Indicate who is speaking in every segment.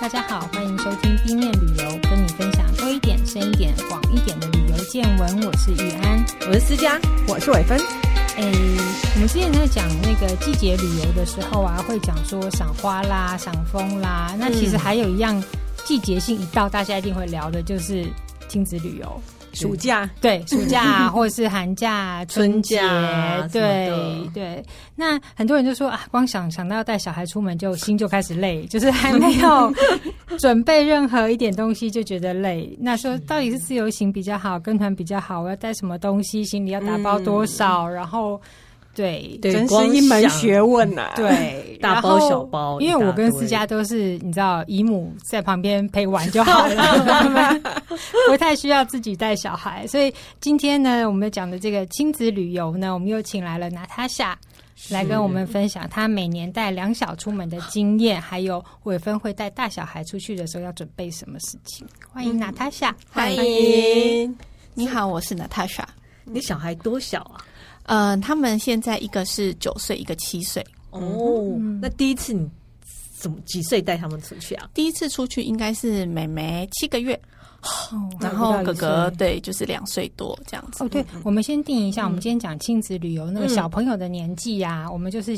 Speaker 1: 大家好，欢迎收听 B 面旅游，跟你分享多一点、深一点、广一点的旅游见闻。我是玉安。
Speaker 2: 我是思佳，我是伟芬。
Speaker 1: 诶，我们之前在讲那个季节旅游的时候啊，会讲说赏花啦、赏风啦。那其实
Speaker 2: 嗯
Speaker 1: 还有一样季节性一到，大家一定会聊的就是亲子旅游。
Speaker 2: 暑假
Speaker 1: 对，暑假、 啊、或者是寒假啊、
Speaker 2: 春
Speaker 1: 节
Speaker 2: 假啊，什么
Speaker 1: 对
Speaker 2: 的
Speaker 1: 对。那很多人就说啊，光想想到要带小孩出门就，心就开始累，就是还没 有准备任何一点东西就觉得累。那说到底是自由行比较好，跟团比较好？我要带什么东西？行李要打包多少？
Speaker 2: 嗯
Speaker 1: 然后对
Speaker 2: 对
Speaker 3: 真
Speaker 2: 光
Speaker 3: 是一门
Speaker 2: 想
Speaker 3: 学问呐、啊。
Speaker 1: 对，
Speaker 2: 大
Speaker 1: 然
Speaker 2: 包
Speaker 1: 后
Speaker 2: 小包一
Speaker 1: 因为我
Speaker 2: 大
Speaker 1: 跟
Speaker 2: 堆
Speaker 1: 思佳都是你知道姨母在旁边陪玩就好了， 不太需要自己带小孩。所以今天呢，我们讲的这个亲子旅游呢，我们又请来了娜塔莎。来跟我们分享她每年带两小出门的经验，还有伟芬会带大小孩出去的时候要准备什么事情。欢迎娜塔莎，
Speaker 4: 欢迎，你好，我是 Natasha。
Speaker 2: 你小孩多小啊？
Speaker 4: 嗯，他们现在一个是九岁，一个七岁。
Speaker 2: 哦，那第一次你怎么几岁带他们出去啊？
Speaker 4: 第一次出去应该是妹妹七个月，
Speaker 1: 哦
Speaker 4: 然
Speaker 1: 我
Speaker 4: 后
Speaker 1: 不知道
Speaker 4: 哥
Speaker 1: 你
Speaker 4: 哥
Speaker 1: 是
Speaker 4: 对，就是两岁多这样子。
Speaker 1: 哦，
Speaker 2: 嗯
Speaker 1: 对，我们先定一下，我们今天讲亲子旅游那个小朋友的年纪呀、我们就是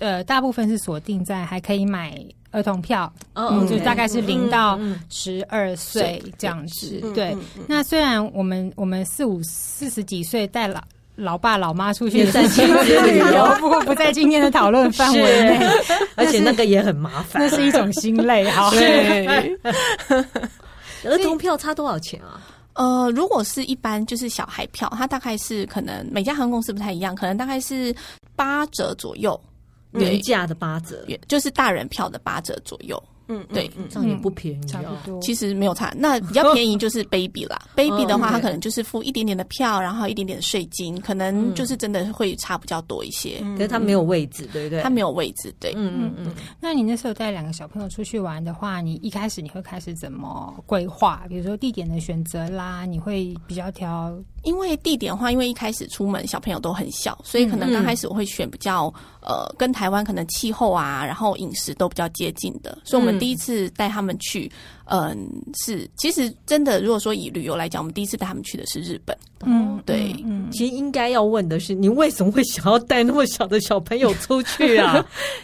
Speaker 1: 呃，大部分是锁定在还可以买儿童票，
Speaker 2: 嗯，
Speaker 1: 就大概是零到
Speaker 2: 嗯嗯
Speaker 1: 十二岁这样子。
Speaker 3: 嗯
Speaker 1: 对，
Speaker 3: 嗯嗯
Speaker 1: 那虽然我们我们四五四十几岁带老老爸老妈出 去
Speaker 2: 也在亲子旅游，
Speaker 1: 不过不在今天的讨论范围内，
Speaker 2: 是，而且那个也很麻
Speaker 1: 那
Speaker 2: 烦。
Speaker 1: 是一种心累。好，
Speaker 4: 对，
Speaker 2: 儿童票差多少钱啊？
Speaker 4: 呃，如果是一般就是小孩票，它大概是可能每家航空公司不太一样，可能大概是八折左右，对
Speaker 2: 原，价的八折，
Speaker 4: 也就是大人票的八折左右。
Speaker 3: 嗯，
Speaker 4: 对
Speaker 3: 嗯
Speaker 2: 这样也不便宜
Speaker 1: 差不
Speaker 2: 哦。
Speaker 1: 多。
Speaker 4: 其实没有差，那比较便宜就是 baby 啦。baby 的话，
Speaker 2: 嗯
Speaker 4: 它
Speaker 2: 对
Speaker 4: 可能就是付一点点的票，然后一点点的税金，可能就是真的会差比较多一些。
Speaker 2: 可是他没有位置，对不对？
Speaker 4: 它没有位置，对。
Speaker 2: 嗯嗯嗯，
Speaker 1: 那你那时候带两个小朋友出去玩的话，你一开始你会开始怎么规划？比如说地点的选择啦，你会比较挑哦
Speaker 4: 因为地点的话，因为一开始出门小朋友都很小，所以可
Speaker 2: 嗯
Speaker 4: 能刚开始我会选比较、呃跟台湾可能气候啊，然后饮食都比较接近的，所以我们第一次带他们去，嗯、是其实真的如果说以旅游来讲，我们第一次带他们去的是日本，
Speaker 1: 嗯
Speaker 4: 对
Speaker 1: 嗯，
Speaker 2: 其实应该要问的是，你为什么会想要带那么小的小朋友出去啊？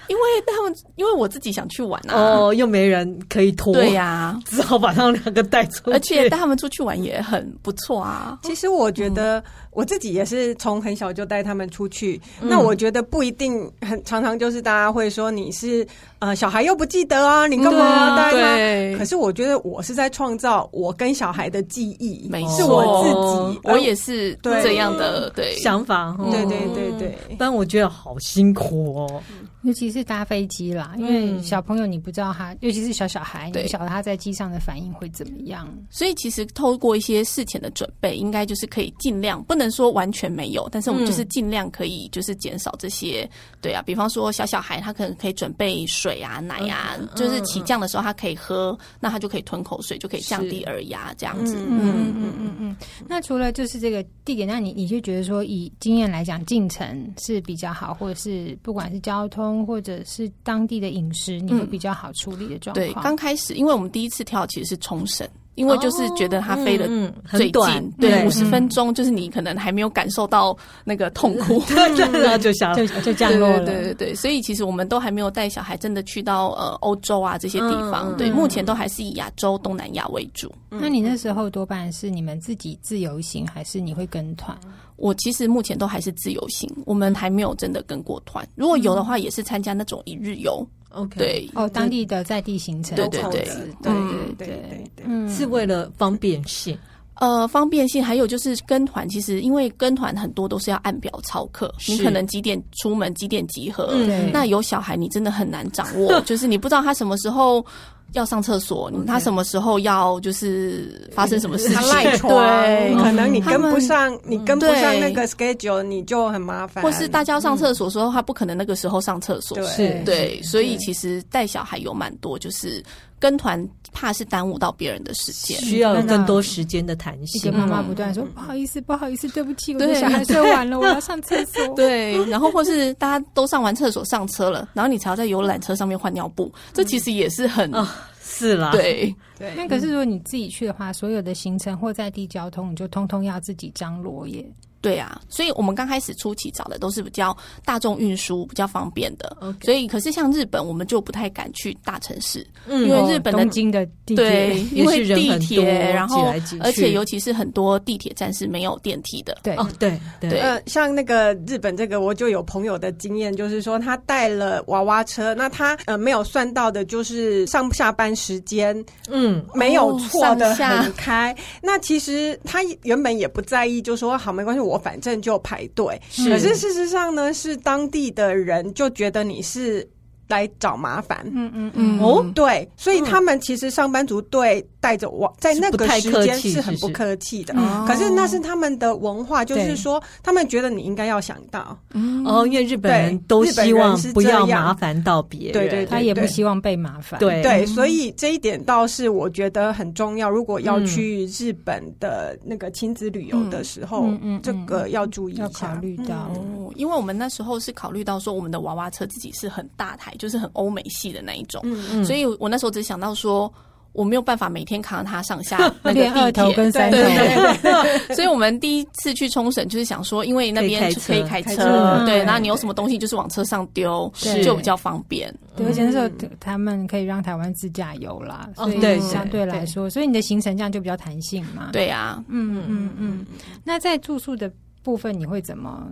Speaker 4: 因为他们因为我自己想去玩啊，
Speaker 2: 哦，又没人可以拖，
Speaker 4: 对呀、啊
Speaker 2: 只好把他们两个带出去。
Speaker 4: 而且带他们出去玩也很不错啊。
Speaker 3: 其实我觉
Speaker 4: 嗯
Speaker 3: 得我自己也是从很小就带他们出去。
Speaker 4: 嗯
Speaker 3: 那我觉得不一定很常常就是大家会说你是呃小孩又不记得啊，你干嘛带
Speaker 4: 对
Speaker 3: 他？可是我觉得我是在创造我跟小孩的记忆，
Speaker 4: 没
Speaker 3: 是
Speaker 4: 错，
Speaker 3: 我自己，
Speaker 4: 我也是
Speaker 3: 对
Speaker 4: 这样的，对，
Speaker 2: 哦呃想法，
Speaker 3: 呃
Speaker 2: 哦
Speaker 3: 对对对对
Speaker 4: 嗯
Speaker 2: 不。然我觉得好辛苦哦。
Speaker 1: 尤其是搭飞机啦，因为小朋友你不知道他，尤其是小小孩，你
Speaker 4: 对
Speaker 1: 不晓得他在机上的反应会怎么样。
Speaker 4: 所以其实透过一些事前的准备，应该就是可以尽量不能说完全没有，但是我们就是尽量可以就是减少这些，对啊，比方说小小孩他可能可以准备水啊、奶啊，
Speaker 1: 嗯
Speaker 4: 就是起降的时候他可以喝，那他就可以吞口水，就可以降低耳压这样子。
Speaker 1: 嗯嗯嗯嗯。那除了就是这个地点，那你你就觉得说，以经验来讲，进城是比较好，或者是不管是交通或者是当地的饮食，你会比较好处理的状况。
Speaker 4: 对，刚开始因为我们第一次跳其实是冲绳，因为就是觉得它飞的
Speaker 1: 哦
Speaker 2: 嗯嗯很
Speaker 4: 最近，
Speaker 2: 短
Speaker 4: 对，
Speaker 2: 对
Speaker 4: 五十
Speaker 1: 嗯
Speaker 4: 分钟，就是你可能还没有感受到那个痛苦。
Speaker 2: 然后就 想
Speaker 1: 就就降落了。
Speaker 4: 对对对对，所以其实我们都还没有带小孩真的去到呃欧洲啊这些地方，
Speaker 2: 嗯
Speaker 4: 对，目前都还是以亚洲、东南亚为主。
Speaker 1: 那你那时候多半是你们自己自由行，还是你会跟团？
Speaker 4: 我其实目前都还是自由行，我们还没有真的跟过团。如果有的话，也是参加那种一日游，
Speaker 2: ，OK，，
Speaker 4: 对，
Speaker 1: 哦，当地的在地行程，
Speaker 4: 对对对
Speaker 1: 这样子
Speaker 4: 对
Speaker 3: 嗯
Speaker 1: 对
Speaker 3: 对
Speaker 1: 对
Speaker 3: 对对
Speaker 1: 嗯，
Speaker 2: 是为了方便性，
Speaker 4: 呃，方便性，还有就是跟团，其实因为跟团很多都是要按表操课，
Speaker 2: 是
Speaker 4: 你可能几点出门，几点集合。
Speaker 1: 对
Speaker 4: 那有小孩，你真的很难掌握，就是你不知道他什么时候要上厕所，他什么时候要就是发生什么事情，
Speaker 3: 他赖床，
Speaker 4: 对，
Speaker 3: 可能你跟
Speaker 4: 他
Speaker 3: 不
Speaker 4: 们嗯
Speaker 3: 上，你跟不上
Speaker 4: 对
Speaker 3: 那个 schedule，你就很麻烦。
Speaker 4: 或是大家要
Speaker 2: 嗯
Speaker 4: 上厕所的时候，他不可能那个时候上厕所。
Speaker 3: 对
Speaker 2: 是
Speaker 4: 对，所以其实带小孩有蛮多就是跟团怕是耽误到别人的时间。
Speaker 2: 需要有更多时间的弹
Speaker 1: 你给
Speaker 2: 性。
Speaker 1: 妈妈不断说、不好意思，不好意思，对不起，我的
Speaker 4: 对
Speaker 1: 小孩睡晚了，我要上 厕所。
Speaker 4: 对，然后或是大家都上完厕所上车了，然后你才要在游览车上面换尿布，
Speaker 2: 嗯
Speaker 4: 这其实也是很、
Speaker 2: 啊是啦，，
Speaker 4: 对，
Speaker 1: 那可是如果你自己去的话，所有的行程或在地交通，你就通通要自己张罗耶。
Speaker 4: 对啊，所以我们刚开始初期找的都是比较大众运输比较方便的
Speaker 2: OK
Speaker 4: 所以可是像日本，我们就不太敢去大城市，
Speaker 2: 嗯
Speaker 4: 因为日本的
Speaker 1: 哦东京的地铁，，
Speaker 4: 对
Speaker 2: 也
Speaker 4: 因
Speaker 2: 是
Speaker 4: 为
Speaker 2: 人
Speaker 4: 地
Speaker 2: 很多
Speaker 4: 铁，然
Speaker 2: 挤
Speaker 4: 后
Speaker 2: 来挤去
Speaker 4: 而且尤其是很多地铁站是没有电梯的，
Speaker 1: 对，
Speaker 2: 哦，对对
Speaker 4: 对
Speaker 3: 呃，像那个日本这个，我就有朋友的经验，就是说他带了娃娃车，那他呃没有算到的就是上下班时间
Speaker 2: 嗯，
Speaker 3: 没有错的
Speaker 2: 哦
Speaker 4: 上下
Speaker 3: 很开。那其实他原本也不在意，就说好没关系，我反正就排队。
Speaker 2: 是
Speaker 3: 可是事实上呢，是当地的人就觉得你是来找麻烦。
Speaker 1: 嗯嗯嗯，
Speaker 4: 嗯
Speaker 2: 哦
Speaker 3: 对，所以他们其实上班族对带着娃在那
Speaker 2: 是不
Speaker 3: 个
Speaker 2: 太
Speaker 3: 时
Speaker 2: 客
Speaker 3: 间
Speaker 2: 气
Speaker 3: 是很
Speaker 2: 是不
Speaker 3: 不
Speaker 2: 是
Speaker 3: 客气的，
Speaker 4: 哦
Speaker 1: 嗯
Speaker 3: 可是那是他们的文化，就
Speaker 1: 对
Speaker 3: 是说他们觉得你应该要想到，
Speaker 4: 嗯
Speaker 2: 哦，因为日本人
Speaker 3: 对
Speaker 2: 都
Speaker 3: 日本
Speaker 2: 希望
Speaker 3: 人是
Speaker 2: 不
Speaker 3: 这
Speaker 2: 要
Speaker 3: 样
Speaker 2: 麻烦到别人，
Speaker 3: 对对对
Speaker 1: 他也不希望被麻烦。
Speaker 2: 对
Speaker 3: 对，所以这一点倒是我觉得很重要。如果要
Speaker 2: 嗯
Speaker 3: 去日本的那个亲子旅游的时候，
Speaker 1: 嗯嗯嗯
Speaker 3: 这个要注意一下，
Speaker 1: 要考虑到
Speaker 3: 嗯
Speaker 4: 哦，因为我们那时候是考虑到说，我们的娃娃车自己是很大台，就是很欧美系的那一
Speaker 3: 嗯
Speaker 4: 种，所以我那时候只想到说，我没有办法每天扛着它上下那个
Speaker 1: 练二
Speaker 4: 地
Speaker 1: 头
Speaker 4: 铁，
Speaker 1: 跟三头
Speaker 4: 对，对对对所以我们第一次去冲绳就是想说，因为那边就
Speaker 2: 可
Speaker 4: 可
Speaker 2: 以
Speaker 4: 以
Speaker 2: 开
Speaker 4: 开
Speaker 3: 车
Speaker 1: 开车
Speaker 4: 车，对，
Speaker 1: 嗯
Speaker 4: 然后你有什么东西就是往车上丢
Speaker 1: 是，
Speaker 4: 就比较方便。
Speaker 1: 对，而且那时候
Speaker 4: 嗯
Speaker 1: 他们可以让台湾自驾游啦，
Speaker 2: 哦
Speaker 1: 所
Speaker 2: 对
Speaker 1: 以相对来说，所以你的行程这样就比较弹性嘛。，
Speaker 4: 对啊，
Speaker 1: 嗯嗯嗯。那在住宿的部分，你会怎么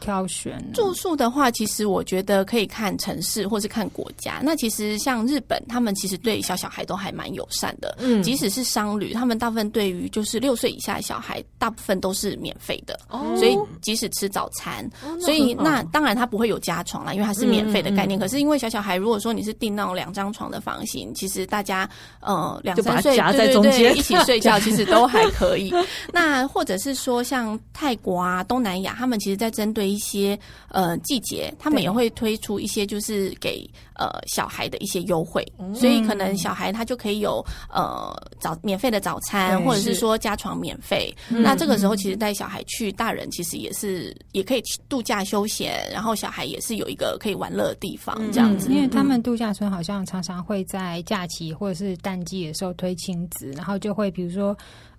Speaker 1: 挑选呢？
Speaker 4: 住宿的话，其实我觉得可以看城市或是看国家。那其实像日本，他们其实对小小孩都还蛮友善的。
Speaker 2: 嗯
Speaker 4: 即使是商旅，他们大部分对于就是六岁以下的小孩，大部分都是免费的。
Speaker 2: 哦
Speaker 4: 所以即使吃早餐，
Speaker 2: 那
Speaker 4: 所以
Speaker 2: 很好嗯
Speaker 4: 那当然他不会有加床啦，因为它是免费的概念。可是因为小小孩，如果说你是订那种两张床的房型，其实大家呃两
Speaker 2: 就把它
Speaker 4: 三岁
Speaker 2: 夹在
Speaker 4: 对对
Speaker 2: 中
Speaker 4: 对
Speaker 2: 间
Speaker 4: 一起 睡觉，其实都还可以。那或者是说像泰国啊、东南亚，他们其实在针对一些呃季节，他们
Speaker 1: 对
Speaker 4: 也会推出一些就是给呃小孩的一些优惠，
Speaker 1: 嗯
Speaker 4: 所以可能小孩他就可以有呃早免费的早餐，
Speaker 1: 对嗯
Speaker 4: 或者
Speaker 1: 是
Speaker 4: 是说加床免费。那这个时候其实带小孩去，大人其实也是也可以去度假休闲，然后小孩也是有一个可以玩乐的地方
Speaker 1: 嗯
Speaker 4: 这样子。
Speaker 1: 因为他们度假村好像常常会在假期或者是淡季的时候推亲子，然后就会比如说。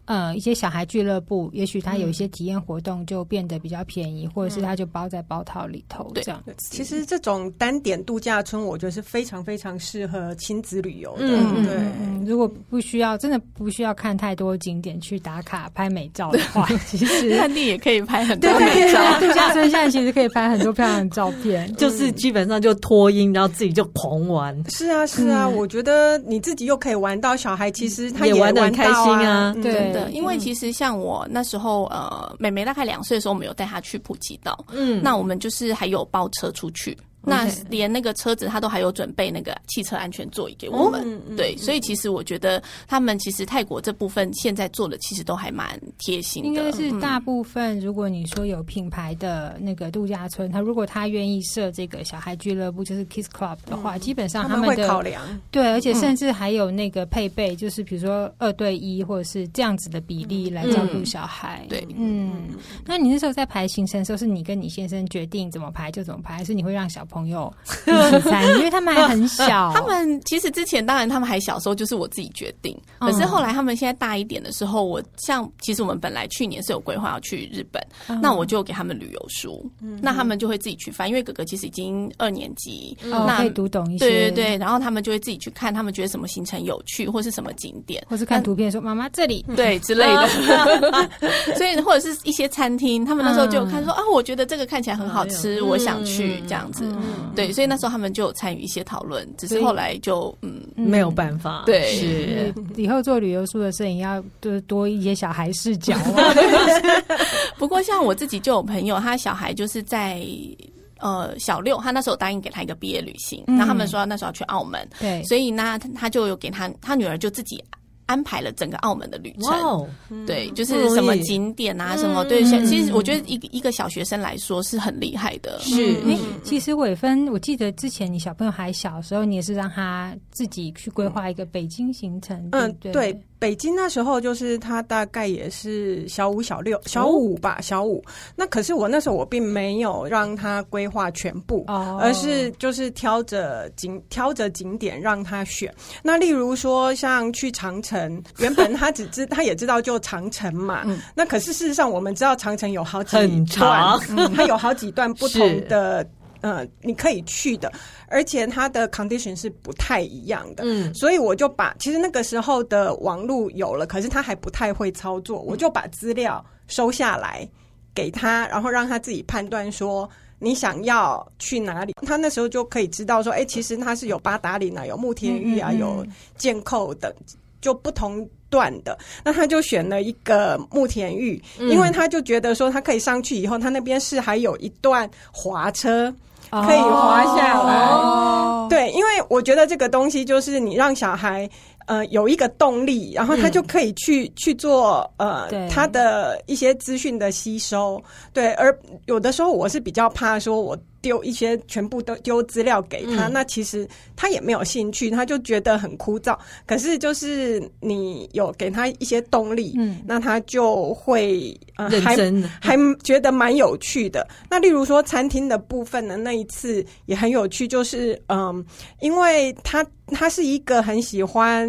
Speaker 1: 呃，一些小孩俱乐部，也许他有一些体验活动就变得比较便宜，或者是他就包在包套里头
Speaker 4: 对
Speaker 1: 这样
Speaker 3: 对
Speaker 1: 子。
Speaker 3: 其实这种单点度假村，我觉得是非常非常适合亲子旅游的。
Speaker 2: 嗯
Speaker 3: 对，
Speaker 1: 嗯，如果不需要，真的不需要看太多景点去打卡拍美照的话，其实
Speaker 4: 探地也可以拍很多
Speaker 1: 嗯对
Speaker 4: 美
Speaker 1: 对
Speaker 4: 照，
Speaker 1: 对，度假村现在其实可以拍很多漂亮的照片。
Speaker 4: 嗯
Speaker 2: 就是基本上就脱音，然后自己就狂玩，
Speaker 3: 是啊，是啊，我觉得你自己又可以玩到小孩，其实他
Speaker 2: 也玩得
Speaker 3: 得
Speaker 2: 很开心啊
Speaker 3: 嗯
Speaker 1: 对
Speaker 4: 真的，因为其实像我那时候，呃，妹妹大概两岁的时候，我们有带她去普吉岛，
Speaker 2: 嗯，
Speaker 4: 那我们就是还有包车出去，那连那个车子她都还有准备那个汽车安全座椅给
Speaker 3: 嗯
Speaker 4: 我们，
Speaker 1: 哦
Speaker 4: 对，所以其实我觉得他们其实泰国这部分现在做的其实都还蛮贴心的，
Speaker 1: 应该是
Speaker 4: 嗯
Speaker 1: 大部分，如果你说有品牌的那个度假村，他如果他愿意设这个小孩俱乐部，就是 Kiss Club 的话，
Speaker 4: 嗯
Speaker 1: 基本上
Speaker 3: 他
Speaker 1: 他
Speaker 3: 们
Speaker 1: 们
Speaker 3: 会
Speaker 1: 的
Speaker 3: 考量。
Speaker 1: 对，而且甚至还有那个配备，就是比如说二对一或者是这样子的比例来照顾小孩。
Speaker 4: 嗯对
Speaker 1: 嗯，那你那时候在排行程的时候，是你跟你先生决定怎么排就怎么排，还是你会让小朋友一起参与？因为他们还很小，
Speaker 4: 他们其实之前当然他们还小时候，就是我自己决定。
Speaker 1: 嗯
Speaker 4: 可是后来他们现在大一点的时候，我像其实我们本来去年是有规划要去日本，
Speaker 1: 哦嗯
Speaker 4: 那我就给他们旅游书，那他们就会自己去翻，因为哥哥其实已经二年级，
Speaker 1: 哦
Speaker 4: 那
Speaker 1: 可以读懂一些，
Speaker 4: 嗯对对对，然后他们就会自己去看，他们觉得什么行程有趣或是什么景点。
Speaker 1: 或是看图片说妈妈这里，
Speaker 4: 对之类 的，所以或者是一些餐厅，他们那时候就有看
Speaker 1: 嗯
Speaker 4: 说、啊，我觉得这个看起来很好
Speaker 1: 哎
Speaker 4: 吃，我想去这样子。
Speaker 1: 嗯
Speaker 4: 对，所以那时候他们就有参与一些讨论，只
Speaker 1: 所
Speaker 4: 是
Speaker 1: 以
Speaker 4: 后来就嗯，
Speaker 2: 没有办法，
Speaker 4: 对
Speaker 2: 是，
Speaker 1: 以后做旅游书的摄影要多多一些小孩视角啊。
Speaker 4: 不过像我自己就有朋友，他小孩就是在呃小六，他那时候答应给他一个毕业旅行，
Speaker 1: 嗯
Speaker 4: 那、他们说那时候要去澳门，
Speaker 1: 对，
Speaker 4: 所以呢他他就有给他他女儿就自己。安排了整个澳门的旅
Speaker 2: 哇
Speaker 4: 程。
Speaker 2: 哦，
Speaker 3: 嗯
Speaker 4: 对，就
Speaker 2: 不容
Speaker 4: 是
Speaker 2: 易
Speaker 4: 什么景点啊，什么对，像其实我觉得一个一个小学生来说是很厉害的。
Speaker 2: 嗯是
Speaker 3: 嗯
Speaker 1: 哎、其实伟芬，我记得之前你小朋友还小的时候，你也是让他自己去规划一个北京行程，
Speaker 3: 嗯，
Speaker 1: 对不
Speaker 3: 对，北京那时候就是他大概也是小五、小六、小五吧，小五。那可是我那时候我并没有让他规划全部，
Speaker 1: 哦
Speaker 3: 而是就是挑着景挑着景点让他选。那例如说像去长城，原本他只知他也知道就长城嘛，那可是事实上我们知道长城有好几
Speaker 2: 很
Speaker 3: 段
Speaker 2: 长，
Speaker 3: 嗯它有好几段不
Speaker 2: 是
Speaker 3: 同的。呃，你可以去的，而且它的 condition 是不太一样的。
Speaker 2: 嗯，
Speaker 3: 所以我就把，其实那个时候的网络有了，可是他还不太会操作，我就把资料收下来给他，然后让他自己判断说你想要去哪里。他那时候就可以知道说，哎、其实他是有八达岭啊，有慕田峪啊，
Speaker 1: 嗯嗯嗯
Speaker 3: 有剑扣等，就不同。段的，那他就选了一个慕田峪，因为他就觉得说他可以上去以后，他那边是还有一段滑车，可以滑下来
Speaker 1: 哦，
Speaker 3: 对，因为我觉得这个东西就是你让小孩呃有一个动力，然后他就可以去、去做呃
Speaker 1: 对
Speaker 3: 他的一些资讯的吸收。对，而有的时候我是比较怕说我丢一些全部都丢资料给他，那其实他也没有兴趣，他就觉得很枯燥。可是就是你有给他一些动力，
Speaker 1: 嗯
Speaker 3: 那他就会呃
Speaker 2: 认
Speaker 3: 还
Speaker 2: 真的，
Speaker 3: 还觉得蛮有趣的。那例如说餐厅的部分呢，那一次也很有趣，就是嗯，因为他他是一个很喜欢。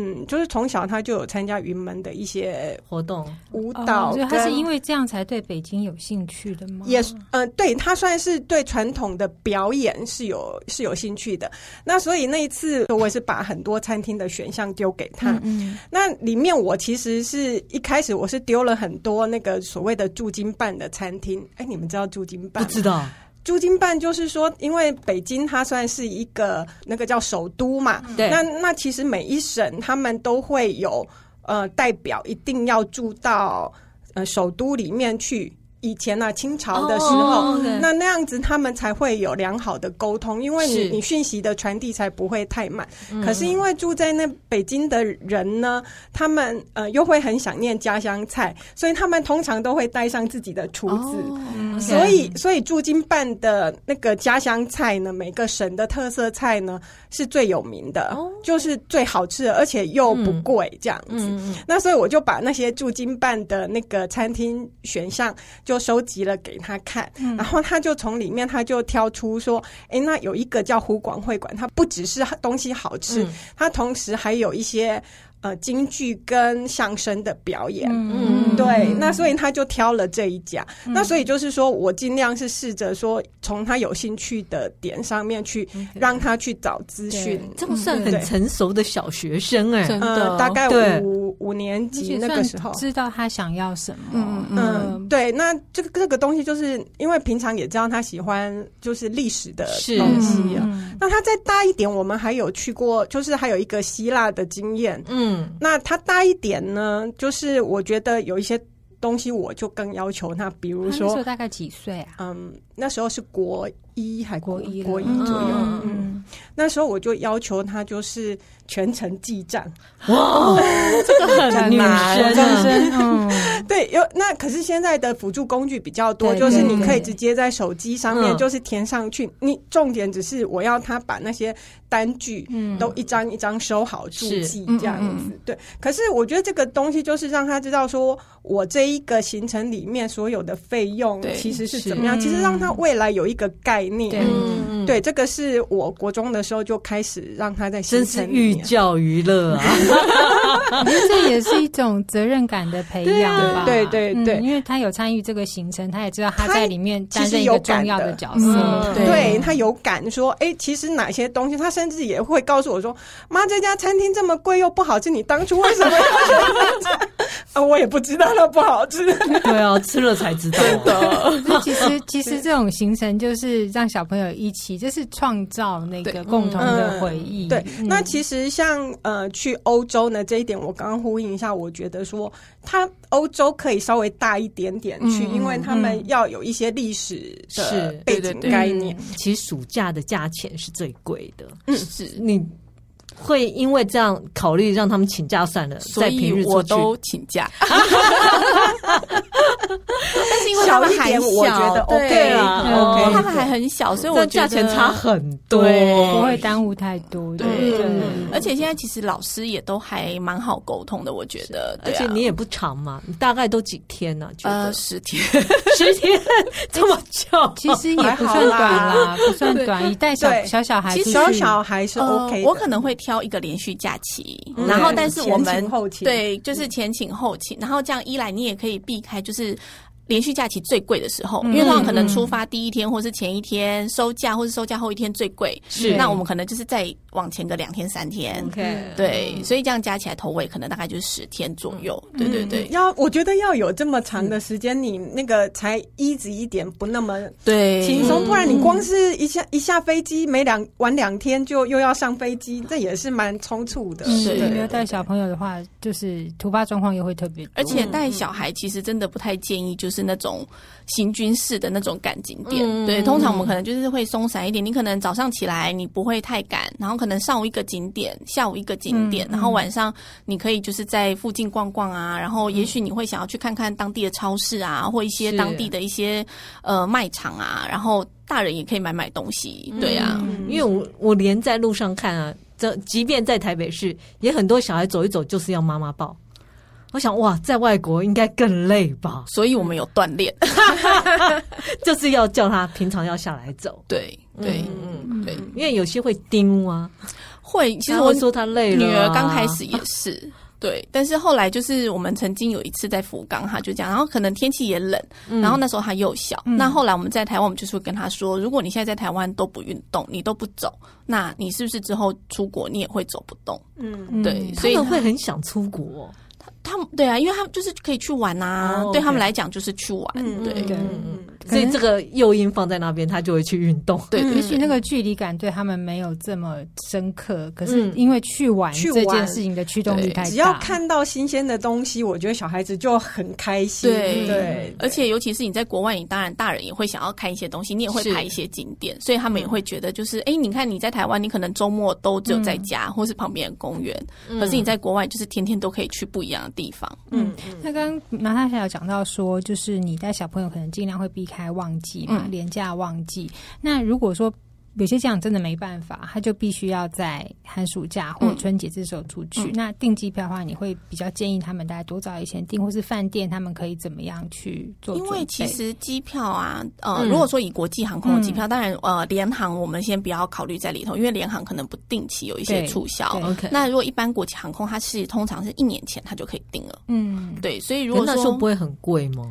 Speaker 3: 嗯，就是从小他就有参加云门的一些
Speaker 2: 活动，
Speaker 3: 舞
Speaker 1: 哦
Speaker 3: 蹈
Speaker 1: 所
Speaker 3: 跟、
Speaker 1: 以他是因为这样才对北京有兴趣的吗？
Speaker 3: 也是呃，对他算是对传统的表演是有是有兴趣的。那所以那一次我也是把很多餐厅的选项丢给他，
Speaker 1: 嗯嗯，
Speaker 3: 那里面我其实是一开始我是丢了很多那个所谓的驻京办的餐厅，哎，你们知道驻京办
Speaker 2: 不
Speaker 3: 吗？
Speaker 2: 知道
Speaker 3: 驻京办就是说，因为北京它算是一个那个叫首都嘛，
Speaker 2: 对
Speaker 3: 那那其实每一省他们都会有呃代表一定要住到呃首都里面去。以前啊，清朝的时候，
Speaker 2: 哦对
Speaker 3: 那那样子他们才会有良好的沟通，因为你
Speaker 2: 是嗯
Speaker 3: 你讯息的传递才不会太慢。可是因为住在那北京的人呢，他们呃又会很想念家乡菜，所以他们通常都会带上自己的厨
Speaker 2: 哦
Speaker 3: 子。
Speaker 4: 嗯
Speaker 3: 所以，所以驻京办的那个家乡菜呢，每个省的特色菜呢是最有名的，就是最好吃的，而且又不贵这样子。
Speaker 2: 嗯
Speaker 3: 那所以我就把那些驻京办的那个餐厅选项就收集了给他看，然后他就从里面他就挑出说，哎，那有一个叫湖广会馆，它不只是东西好吃，它同时还有一些呃京剧跟相声的表演。
Speaker 1: 嗯
Speaker 3: 对，那所以他就挑了这一家。那所以就是说我尽量是试着说从他有兴趣的点上面
Speaker 1: 嗯
Speaker 3: 去让他去找资讯。
Speaker 2: 这种
Speaker 4: 嗯
Speaker 2: 算
Speaker 3: 对
Speaker 2: 很成熟的小学生哎、
Speaker 4: 真的
Speaker 3: 呃，大概
Speaker 2: 对
Speaker 3: 五五年
Speaker 1: 哦而
Speaker 3: 级
Speaker 1: 且
Speaker 3: 那个时候
Speaker 1: 算，知道他想要什么，
Speaker 4: 嗯嗯
Speaker 3: 嗯，，对，那这个这个东西就是因为平常也知道他喜欢就是历史的
Speaker 2: 是
Speaker 3: 东西啊。
Speaker 1: 嗯
Speaker 3: 那他再大一点，我们还有去过，就是还有一个希腊的经验。
Speaker 2: 嗯，
Speaker 3: 那他大一点呢，就是我觉得有一些东西我就更要求他，比如
Speaker 1: 他那时
Speaker 3: 说
Speaker 1: 候大概几岁啊？
Speaker 3: 嗯，那时候是国一还
Speaker 1: 国一了
Speaker 3: 国一
Speaker 1: 嗯
Speaker 3: 左右。
Speaker 2: 嗯
Speaker 3: 嗯，那时候我就要求他就是全程记 账。
Speaker 2: 哦这 个很女
Speaker 1: 女
Speaker 2: 生啊，
Speaker 1: 生， 嗯，
Speaker 3: 对，有那可是现在的辅助工具比较多，
Speaker 1: 对
Speaker 3: 就是
Speaker 1: 对
Speaker 3: 你可以
Speaker 1: 对
Speaker 3: 直接在手机上面
Speaker 2: 嗯
Speaker 3: 就是填上去。你重点只是我要他把那些单据
Speaker 1: 嗯
Speaker 3: 都一张一张收好注
Speaker 2: 是
Speaker 3: 记
Speaker 4: 嗯
Speaker 3: 这样
Speaker 4: 嗯
Speaker 3: 子。对，可是我觉得这个东西就是让他知道说我这一个行程里面所有的费用
Speaker 4: 对
Speaker 3: 其实是
Speaker 2: 是
Speaker 3: 怎么样，其实让他未来有一个概念。
Speaker 1: 嗯对
Speaker 2: 嗯，
Speaker 3: 对，这个是我国中的时候就开始让他在行
Speaker 2: 真是
Speaker 3: 程里
Speaker 2: 寓
Speaker 3: 面
Speaker 2: 教于乐啊，
Speaker 1: 我觉得这也是一种责任感的培养吧。
Speaker 3: 对对对
Speaker 1: 嗯因为他有参与这个行程，他也知道他
Speaker 3: 他
Speaker 1: 在里面
Speaker 3: 其
Speaker 1: 担
Speaker 3: 实
Speaker 1: 任一
Speaker 3: 有
Speaker 1: 个
Speaker 3: 感
Speaker 1: 重要
Speaker 3: 的
Speaker 1: 的角色
Speaker 2: 嗯。
Speaker 3: 对他有感说，哎、其实哪些东西，他甚至也会告诉我说，妈，这家餐厅这么贵又不好吃，你当初为什么要选这家？ 啊，我也不知道它不好吃。
Speaker 2: 对啊，吃了才知道，
Speaker 1: 所以其 实其实这种行程就是让小朋友一起，就是创造那
Speaker 4: 对
Speaker 1: 个共同的回忆。
Speaker 3: 对，
Speaker 1: 嗯
Speaker 3: 那其实像呃去欧洲呢这一点，我刚刚呼应一下，我觉得说他欧洲可以稍微大一点点去，
Speaker 1: 嗯
Speaker 3: 因为他们要有一些历史的
Speaker 2: 是
Speaker 3: 背
Speaker 4: 对对
Speaker 3: 景
Speaker 4: 对
Speaker 3: 概念。
Speaker 2: 其实暑假的价钱是最贵的，
Speaker 4: 嗯是
Speaker 2: 你会因为这样考虑让他们请假算了，
Speaker 4: 所
Speaker 2: 在平
Speaker 4: 以
Speaker 2: 日
Speaker 4: 我
Speaker 2: 出去。
Speaker 4: 都请假。 但是因为他
Speaker 3: 小
Speaker 4: 们
Speaker 3: 一
Speaker 4: 还
Speaker 3: 点我觉得
Speaker 4: 小
Speaker 3: OK
Speaker 4: 对
Speaker 2: 啦
Speaker 1: 嗯
Speaker 2: OK
Speaker 4: 他们还很小，所以我
Speaker 2: 这
Speaker 4: 觉
Speaker 2: 价
Speaker 4: 得
Speaker 2: 钱差很多，
Speaker 4: 对
Speaker 1: 不会耽误太多。
Speaker 4: 对
Speaker 1: 对，
Speaker 3: 嗯
Speaker 4: 而且现在其实老师也都还蛮好沟通的，我觉得。
Speaker 2: 而
Speaker 4: 对啊
Speaker 2: 且你也不长嘛，你大概都几天呢、觉
Speaker 4: 呃
Speaker 2: 得
Speaker 4: 十天，
Speaker 2: 十天这么久，
Speaker 1: 其实
Speaker 3: 哦
Speaker 1: 也不算短啦，不算短，一带小
Speaker 3: 对
Speaker 1: 小小孩出
Speaker 3: 其
Speaker 1: 去，
Speaker 3: 实小小还是 OK
Speaker 4: 呃。我可能会挑一个连续假期，
Speaker 3: 嗯
Speaker 4: 然后但是我
Speaker 3: 前
Speaker 4: 们
Speaker 3: 请后请嗯
Speaker 4: 对，就是前请后请，然后这样一来你也可以避开就是。连续假期最贵的时候，
Speaker 3: 嗯
Speaker 4: 因为通常可能出发第一天或是前一天收假，或是收假后一天最贵。
Speaker 1: 是
Speaker 4: 那我们可能就是再往前个两天三天。
Speaker 3: 嗯
Speaker 2: OK，
Speaker 4: 对，所以这样加起来头尾可能大概就是十天左右。
Speaker 3: 嗯
Speaker 4: 对对对，
Speaker 3: 要我觉得要有这么长的时间，你那个才一直一点不那么
Speaker 4: 对嗯
Speaker 3: 轻松，不然你光是一下一下飞机，没两玩两天就又要上飞机，这也是蛮冲突的。
Speaker 1: 嗯，
Speaker 4: 是
Speaker 1: 你没有
Speaker 3: 对
Speaker 1: 带小朋友的话，就是突发状况又会特别多。
Speaker 4: 而
Speaker 2: 嗯
Speaker 4: 且带小孩其实真的不太建议，就是那种行军式的那种赶景点。
Speaker 2: 嗯
Speaker 4: 对，通常我们可能就是会松散一点。你可能早上起来你不会太赶，然后可能上午一个景点，下午一个
Speaker 2: 嗯
Speaker 4: 景点，然后晚上你可以就是在附近逛逛啊。然后也许你会想要去看看当地的超市啊，或一
Speaker 2: 嗯
Speaker 4: 些
Speaker 2: 是
Speaker 4: 当地的一些呃卖场啊。然后大人也可以买买东西，对啊。
Speaker 2: 因为我我连在路上看啊，这即便在台北市，也很多小孩走一走就是要妈妈抱。我想哇，在外国应该更累吧，
Speaker 4: 所以我们有锻炼，
Speaker 2: 就是要叫他平常要下来走，
Speaker 4: 对对
Speaker 2: 嗯
Speaker 4: 对，
Speaker 2: 因为有些会盯啊，
Speaker 4: 会。其实
Speaker 2: 他
Speaker 4: 我
Speaker 2: 会说他累了、啊
Speaker 4: 女儿刚开始，也是。对，但是后来就是我们曾经有一次在福冈，她就这样，然后可能天气也冷，
Speaker 2: 嗯
Speaker 4: 然后那时候她幼小。那后来我们在台湾，我们就是会跟她说，如果你现在在台湾都不运动，你都不走，那你是不是之后出国你也会走不动？
Speaker 3: 嗯，
Speaker 1: 嗯
Speaker 4: 对，
Speaker 2: 所
Speaker 4: 所
Speaker 2: 以
Speaker 4: 以
Speaker 2: 他
Speaker 4: 她
Speaker 2: 们会很想出国、
Speaker 4: 他们对啊，因为他们就是可以去玩啊，
Speaker 2: 哦
Speaker 4: 对
Speaker 2: OK
Speaker 4: 他们来讲就是去玩，
Speaker 3: 嗯
Speaker 4: 对
Speaker 1: 对
Speaker 3: 嗯
Speaker 1: 可
Speaker 2: 所
Speaker 1: 能
Speaker 2: 以这个诱因放在那边，他就会去运 动。
Speaker 4: 对
Speaker 1: 也
Speaker 4: 对
Speaker 1: 许
Speaker 4: 对。
Speaker 1: 那个距离感对他们没有这么深刻，可是
Speaker 2: 嗯
Speaker 1: 因为去玩
Speaker 3: 去
Speaker 1: 这件
Speaker 3: 玩
Speaker 1: 事情的驱动力
Speaker 4: 对
Speaker 1: 太大，
Speaker 3: 只要看到新鲜的东西，我觉得小孩子就很开心。
Speaker 4: 对
Speaker 3: 对，
Speaker 4: 而且尤其是你在国外，你当然大人也会想要看一些东西，你也会
Speaker 2: 是嗯
Speaker 4: 拍一些景点，所以他们也会觉得就是，哎、你看你在台湾，你可能周末都只有在家、或是旁边的公园，
Speaker 2: 嗯
Speaker 4: 可是你在国外就是天天都可以去不一样的地方。
Speaker 1: 嗯，那刚刚马大侠有讲到说，就是你带小朋友可能尽量会避开旺季嘛，
Speaker 4: 嗯
Speaker 1: 廉价旺季。那如果说有些家长真的没办法，他就必须要在寒暑假或
Speaker 4: 嗯
Speaker 1: 春节这时候出去。
Speaker 4: 嗯
Speaker 1: 那订机票的话，你会比较建议他们大家多早以前订，或是饭店他们可以怎么样去做
Speaker 4: 因
Speaker 1: 准备？
Speaker 4: 为其实机票啊，呃，
Speaker 2: 嗯
Speaker 4: 如果说以国际航空的机票，当然呃，联航我们先不要考虑在里头，因为联航可能不定期有一些
Speaker 1: 对
Speaker 4: 促销
Speaker 1: 对。
Speaker 2: OK，
Speaker 4: 那如果一般国际航空，它是通常是一年前它就可以定了，
Speaker 1: 嗯，
Speaker 4: 对，所以如
Speaker 2: 可
Speaker 4: 果
Speaker 2: 那时
Speaker 4: 说
Speaker 2: 候不，会很贵吗？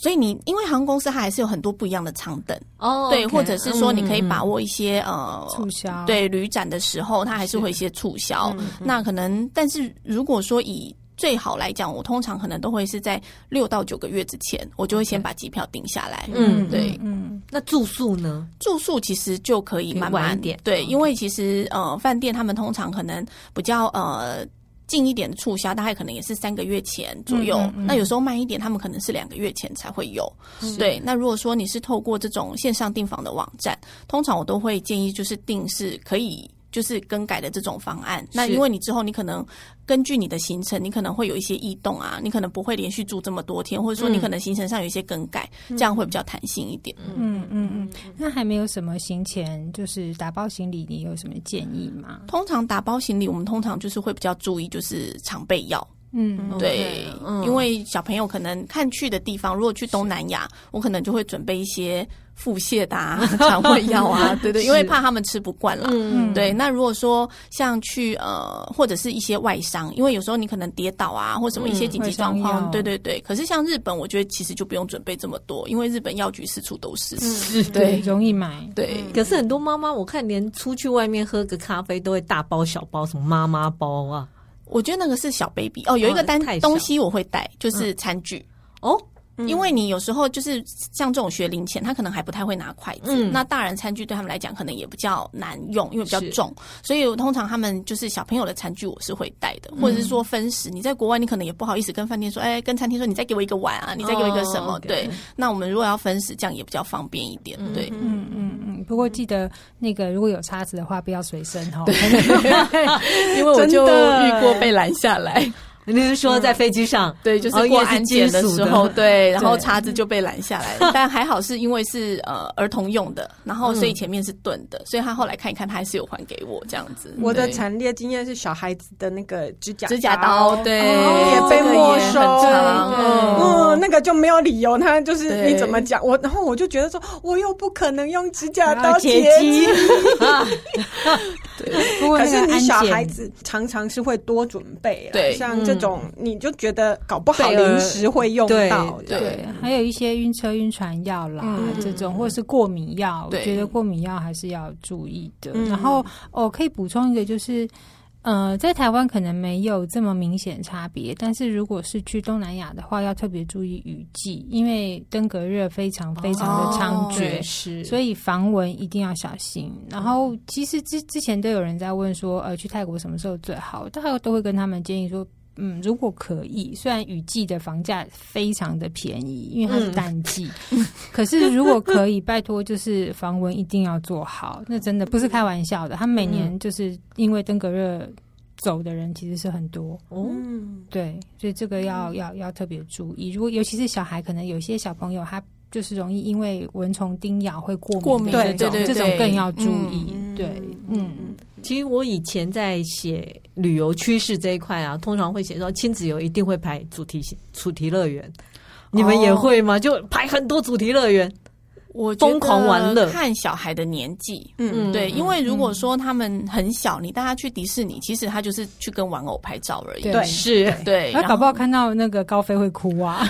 Speaker 4: 所以你因为航空公司它还是有很多不一样的舱等，
Speaker 2: 哦嗯
Speaker 4: 对，或者是说你可以把
Speaker 2: 握。
Speaker 4: 握一些、
Speaker 1: 促
Speaker 4: 呃。
Speaker 1: 销，
Speaker 4: 对旅展的时候，它还是会有一些促销。那可能，但是如果说以最好来讲，我通常可能都会是在六到九个月之前，我就会先把机票定下来。
Speaker 2: 嗯
Speaker 4: 对
Speaker 1: 嗯，
Speaker 2: 那住宿呢？
Speaker 4: 住宿其实就可以慢
Speaker 2: 可以晚
Speaker 4: 慢
Speaker 2: 一点
Speaker 4: 对，因为其实呃，饭店他们通常可能比较呃。近一点的促销，大概可能也是三个月前左右。
Speaker 1: 嗯嗯嗯
Speaker 4: 那有时候慢一点，他们可能是两个月前才会有。对，那如果说你是透过这种线上订房的网站，通常我都会建议就是订是可以就是更改的这种方案。那因为你之后你可能根据你的行程，你可能会有一些异动啊，你可能不会连续住这么多天，或者说你
Speaker 2: 嗯
Speaker 4: 可能行程上有一些更改，这样会比较弹性一点。
Speaker 1: 嗯嗯嗯，那还没有什么行前就是打包行李，你有什么建议吗？
Speaker 4: 通常打包行李，我们通常就是会比较注意，就是常备药。
Speaker 1: 嗯，
Speaker 4: 对
Speaker 2: OK，嗯
Speaker 4: 因为小朋友可能看去的地方，如果去东南亚，我可能就会准备一些腹泻 的、啊、肠胃药啊，对对，因为怕他们吃不惯啦。
Speaker 1: 嗯
Speaker 4: 对，那如果说像去呃，或者是一些外伤，因为有时候你可能跌倒啊，或什么一些紧急状
Speaker 1: 嗯外伤
Speaker 4: 况，
Speaker 1: 药
Speaker 4: 对对对。可是像日本，我觉得其实就不用准备这么多，因为日本药局四处都是。
Speaker 1: 嗯
Speaker 4: 是，对
Speaker 1: 容易买，
Speaker 4: 对，
Speaker 2: 可是很多妈妈，我看连出去外面喝个咖啡都会大包小包，什么妈妈包啊？
Speaker 4: 我觉得那个是小 baby 哦，有一个单
Speaker 2: 哦太小嗯
Speaker 4: 东西我会带，就是餐具。
Speaker 2: 哦，
Speaker 4: 因为你有时候就是像这种学龄前，他可能还不太会拿筷子，
Speaker 2: 嗯
Speaker 4: 那大人餐具对他们来讲可能也比较难用，因为比较
Speaker 2: 是
Speaker 4: 重，所以我通常他们就是小朋友的餐具我是会带的，
Speaker 2: 嗯
Speaker 4: 或者是说分食。你在国外，你可能也不好意思跟饭店说，哎，跟餐厅说你再给我一个碗啊，你再给我一个什
Speaker 2: 哦
Speaker 4: 么？
Speaker 2: 哦，OK
Speaker 4: 对，那我们如果要分食，这样也比较方便一点。对，
Speaker 1: 嗯嗯嗯，嗯，不过记得那个如果有叉子的话，不要随身哈。
Speaker 4: 因为我
Speaker 3: 真
Speaker 4: 就
Speaker 3: 的
Speaker 4: 遇过被拦下来，
Speaker 2: 你是说在飞机上？
Speaker 4: 对，就
Speaker 2: 哦
Speaker 4: 是过
Speaker 2: 因为
Speaker 4: 安检
Speaker 2: 金属
Speaker 4: 时
Speaker 2: 的
Speaker 4: 候， 对，然后
Speaker 2: 对
Speaker 4: 叉子就被拦下来了，但还好是因为是呃儿童用的，然后
Speaker 2: 嗯
Speaker 4: 所以前面是钝的，所以他后来看一看，他还是有还给我这样子。
Speaker 3: 我的
Speaker 4: 对
Speaker 3: 惨烈经验是小孩子的那个指甲
Speaker 4: 指甲刀，对，
Speaker 3: 哦
Speaker 4: 这
Speaker 3: 也
Speaker 4: 个
Speaker 3: 被没
Speaker 4: 很
Speaker 3: 收，
Speaker 4: 长嗯
Speaker 3: 嗯，那个就没有理由，他就是
Speaker 4: 对
Speaker 3: 你怎么讲我，然后我就觉得说，我又不可能用指甲
Speaker 1: 然后
Speaker 3: 刀
Speaker 1: 截
Speaker 3: 肌，
Speaker 1: 肌， 不过
Speaker 3: 可
Speaker 1: 那个
Speaker 3: 是你
Speaker 1: 安
Speaker 3: 小孩
Speaker 1: 检，
Speaker 3: 子常常是会多准备啦，
Speaker 4: 对
Speaker 3: 像这种你就觉得搞不好
Speaker 2: 备而
Speaker 3: 临时会用
Speaker 2: 对
Speaker 3: 到，
Speaker 4: 对嗯
Speaker 1: 对，还有一些晕车、晕船药啦，这种或者是过敏药，我
Speaker 4: 对
Speaker 1: 觉得过敏药还是要注意的。
Speaker 3: 嗯
Speaker 1: 然后哦，可以补充一个就是。呃，在台湾可能没有这么明显差别，但是如果是去东南亚的话，要特别注意雨季，因为登革热非常非常的猖獗，
Speaker 4: 哦对
Speaker 2: 是
Speaker 1: 所以防蚊一定要小心。然后其实之之前都有人在问说，呃，去泰国什么时候最好？大概都会跟他们建议说。嗯，如果可以，虽然雨季的房价非常的便宜，因为它是淡季，可是如果可以，拜托就是防蚊一定要做好，那真的不是开玩笑的。他们每年就是因为登革热走的人其实是很多，
Speaker 2: 哦，
Speaker 3: 嗯，
Speaker 1: 对，所以这个要要要特别注意。如果尤其是小孩，可能有些小朋友他就是容易因为蚊虫叮咬会过敏，
Speaker 4: 过敏
Speaker 1: 对
Speaker 3: 对对
Speaker 1: 这种
Speaker 4: 对
Speaker 1: 更要注意。
Speaker 3: 嗯
Speaker 1: 对，嗯，
Speaker 2: 其实我以前在写旅游趋势这一块啊，通常会写说亲子游一定会排主题主题乐园，你们也会
Speaker 4: 哦
Speaker 2: 吗？就排很多主题乐园，
Speaker 4: 我觉得
Speaker 2: 疯狂玩乐
Speaker 4: 看小孩的年纪，
Speaker 3: 嗯
Speaker 2: 嗯
Speaker 4: 对，因为如果说他们很小，你带他去迪士尼，其实他就是去跟玩偶拍照而已。
Speaker 1: 对
Speaker 3: 对
Speaker 2: 是
Speaker 4: 对，
Speaker 1: 那
Speaker 4: 然
Speaker 1: 搞
Speaker 4: 后
Speaker 1: 不好看到那个高飞会哭 啊。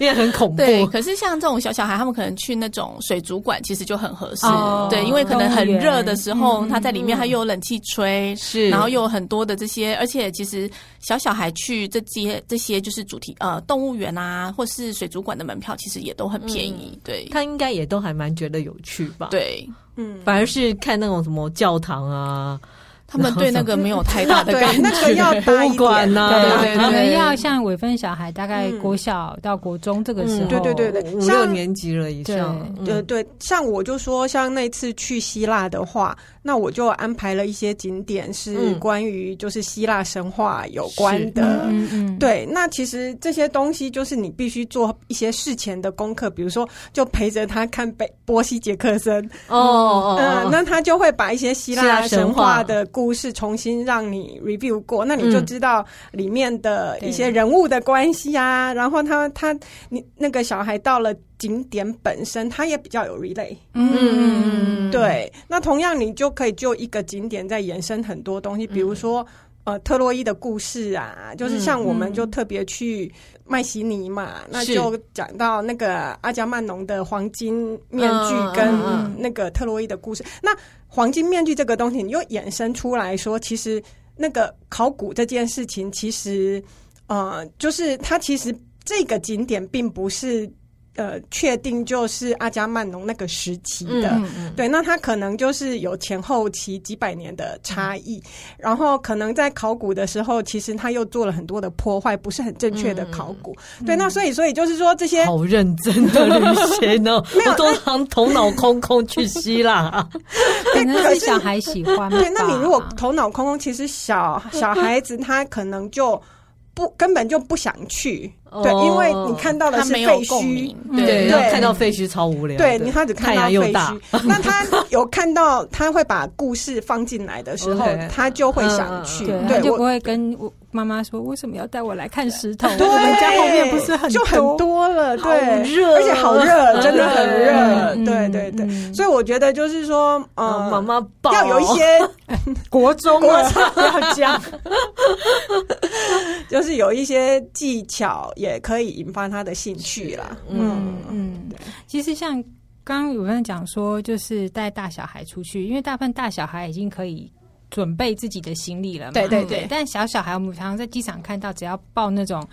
Speaker 2: 因为很恐怖。
Speaker 4: 对，可是像这种小小孩，他们可能去那种水族馆，其实就很合适。
Speaker 2: 哦
Speaker 4: 对，因为可能很
Speaker 1: 公园
Speaker 4: 热的时
Speaker 2: 嗯
Speaker 4: 候，他在里面他又有冷气吹，
Speaker 2: 是
Speaker 4: 然后又有很多的这些，而且其实小小孩去这些这些就是主题呃动物园啊，或是水族馆的门票，其实也都很便宜。对，
Speaker 2: 他应该也都还蛮觉得有趣吧？，
Speaker 4: 嗯对
Speaker 3: 嗯，
Speaker 2: 反而是看那种什么教堂啊、
Speaker 4: 他们对那个没有太大 的
Speaker 3: 对啊
Speaker 4: 感，
Speaker 3: 那个要大
Speaker 2: 博
Speaker 3: 一
Speaker 2: 物馆
Speaker 3: 点，
Speaker 1: 啊
Speaker 2: 呐、
Speaker 4: 对对对
Speaker 1: 可能要像伟芬小孩，大概
Speaker 3: 嗯
Speaker 1: 国小到国中这个时候，
Speaker 2: 嗯
Speaker 3: 对对对对
Speaker 2: 五五
Speaker 3: 像
Speaker 2: 六年级了以上，嗯
Speaker 3: 对对，像我就说，像那次去希腊的话，那我就安排了一些景点是
Speaker 2: 嗯
Speaker 3: 关于就是希腊神话有关
Speaker 2: 是
Speaker 3: 的，
Speaker 1: 嗯嗯，
Speaker 3: 对，那其实这些东西就是你必须做一些事前的功课，比如说就陪着他看贝波西·杰克森，
Speaker 2: 哦哦，
Speaker 3: 嗯、
Speaker 2: 哦
Speaker 3: 那他就会把一些
Speaker 2: 希
Speaker 3: 希腊
Speaker 2: 腊神
Speaker 3: 神
Speaker 2: 话
Speaker 3: 话的故事重新让你 review 过，那你就
Speaker 2: 嗯
Speaker 3: 知道里面的一些人物的关系啊。然后他他你那个小孩到了景点本身，他也比较有 relay。
Speaker 1: 嗯嗯嗯嗯，
Speaker 3: 对，那同样你就可以就一个景点再延伸很多东西，比
Speaker 2: 嗯
Speaker 3: 如说。呃，特洛伊的故事啊，就是像我们就特别去麦西尼嘛，那
Speaker 2: 是
Speaker 3: 就讲到那个阿加曼农的黄金面具
Speaker 2: 嗯
Speaker 3: 跟
Speaker 2: 嗯嗯
Speaker 3: 那个特洛伊的故事。那黄金面具这个东西，你又衍生出来说，其实那个考古这件事情，其实呃，就是它其实这个景点并不是呃确定就是阿加曼农那个时期的，
Speaker 2: 嗯
Speaker 4: 嗯
Speaker 3: 对，那它可能就是有前后期几百年的差异，然后可能在考古的时候，其实他又做了很多的破坏，不是很正确的考古。对，那所以所以就是说这些。
Speaker 2: 好认真的旅行 哦，我通常头脑空空去希 腊，
Speaker 1: 可能是小孩喜欢吧。
Speaker 3: 对，那你如果头脑空空，其实小小孩子他可能就不根本就不想去，对，
Speaker 2: 哦
Speaker 3: 因为你看到的
Speaker 4: 他
Speaker 3: 是
Speaker 4: 没
Speaker 3: 废
Speaker 4: 有共鸣
Speaker 3: 墟，。
Speaker 2: 对，
Speaker 4: 对
Speaker 2: 然后
Speaker 3: 对
Speaker 2: 看到废墟超无聊的，
Speaker 3: 对，他只看
Speaker 2: 太
Speaker 3: 到
Speaker 2: 阳又
Speaker 3: 废
Speaker 2: 大
Speaker 3: 墟， 那他有看到他会把故事放进来的时候
Speaker 2: OK，，
Speaker 3: 他就会
Speaker 2: 嗯嗯
Speaker 3: 想去，
Speaker 1: 对，他
Speaker 3: 对，
Speaker 1: 就
Speaker 3: 我
Speaker 1: 不会跟我妈妈说为什么要带我来看石头？
Speaker 3: 对
Speaker 1: 我们家后面不是很
Speaker 3: 就很多了，对，
Speaker 2: 热
Speaker 3: 而且好热，真的很热，
Speaker 1: 嗯
Speaker 3: 对对对。
Speaker 1: 嗯
Speaker 3: 所以我觉得就是说，
Speaker 2: 嗯
Speaker 3: 呃，
Speaker 2: 妈妈抱
Speaker 3: 要有一些，
Speaker 1: 国中
Speaker 3: 啊
Speaker 1: 不要这样。
Speaker 3: 就是有一些技巧，也可以引发他的兴趣啦。
Speaker 1: 嗯嗯，其实像刚刚有人讲说，就是带大小孩出去，因为大部分大小孩已经可以。准备自己的行李了嘛？
Speaker 3: 对对
Speaker 4: 对
Speaker 1: 但小小孩，我们常常在机场看到，只要抱那种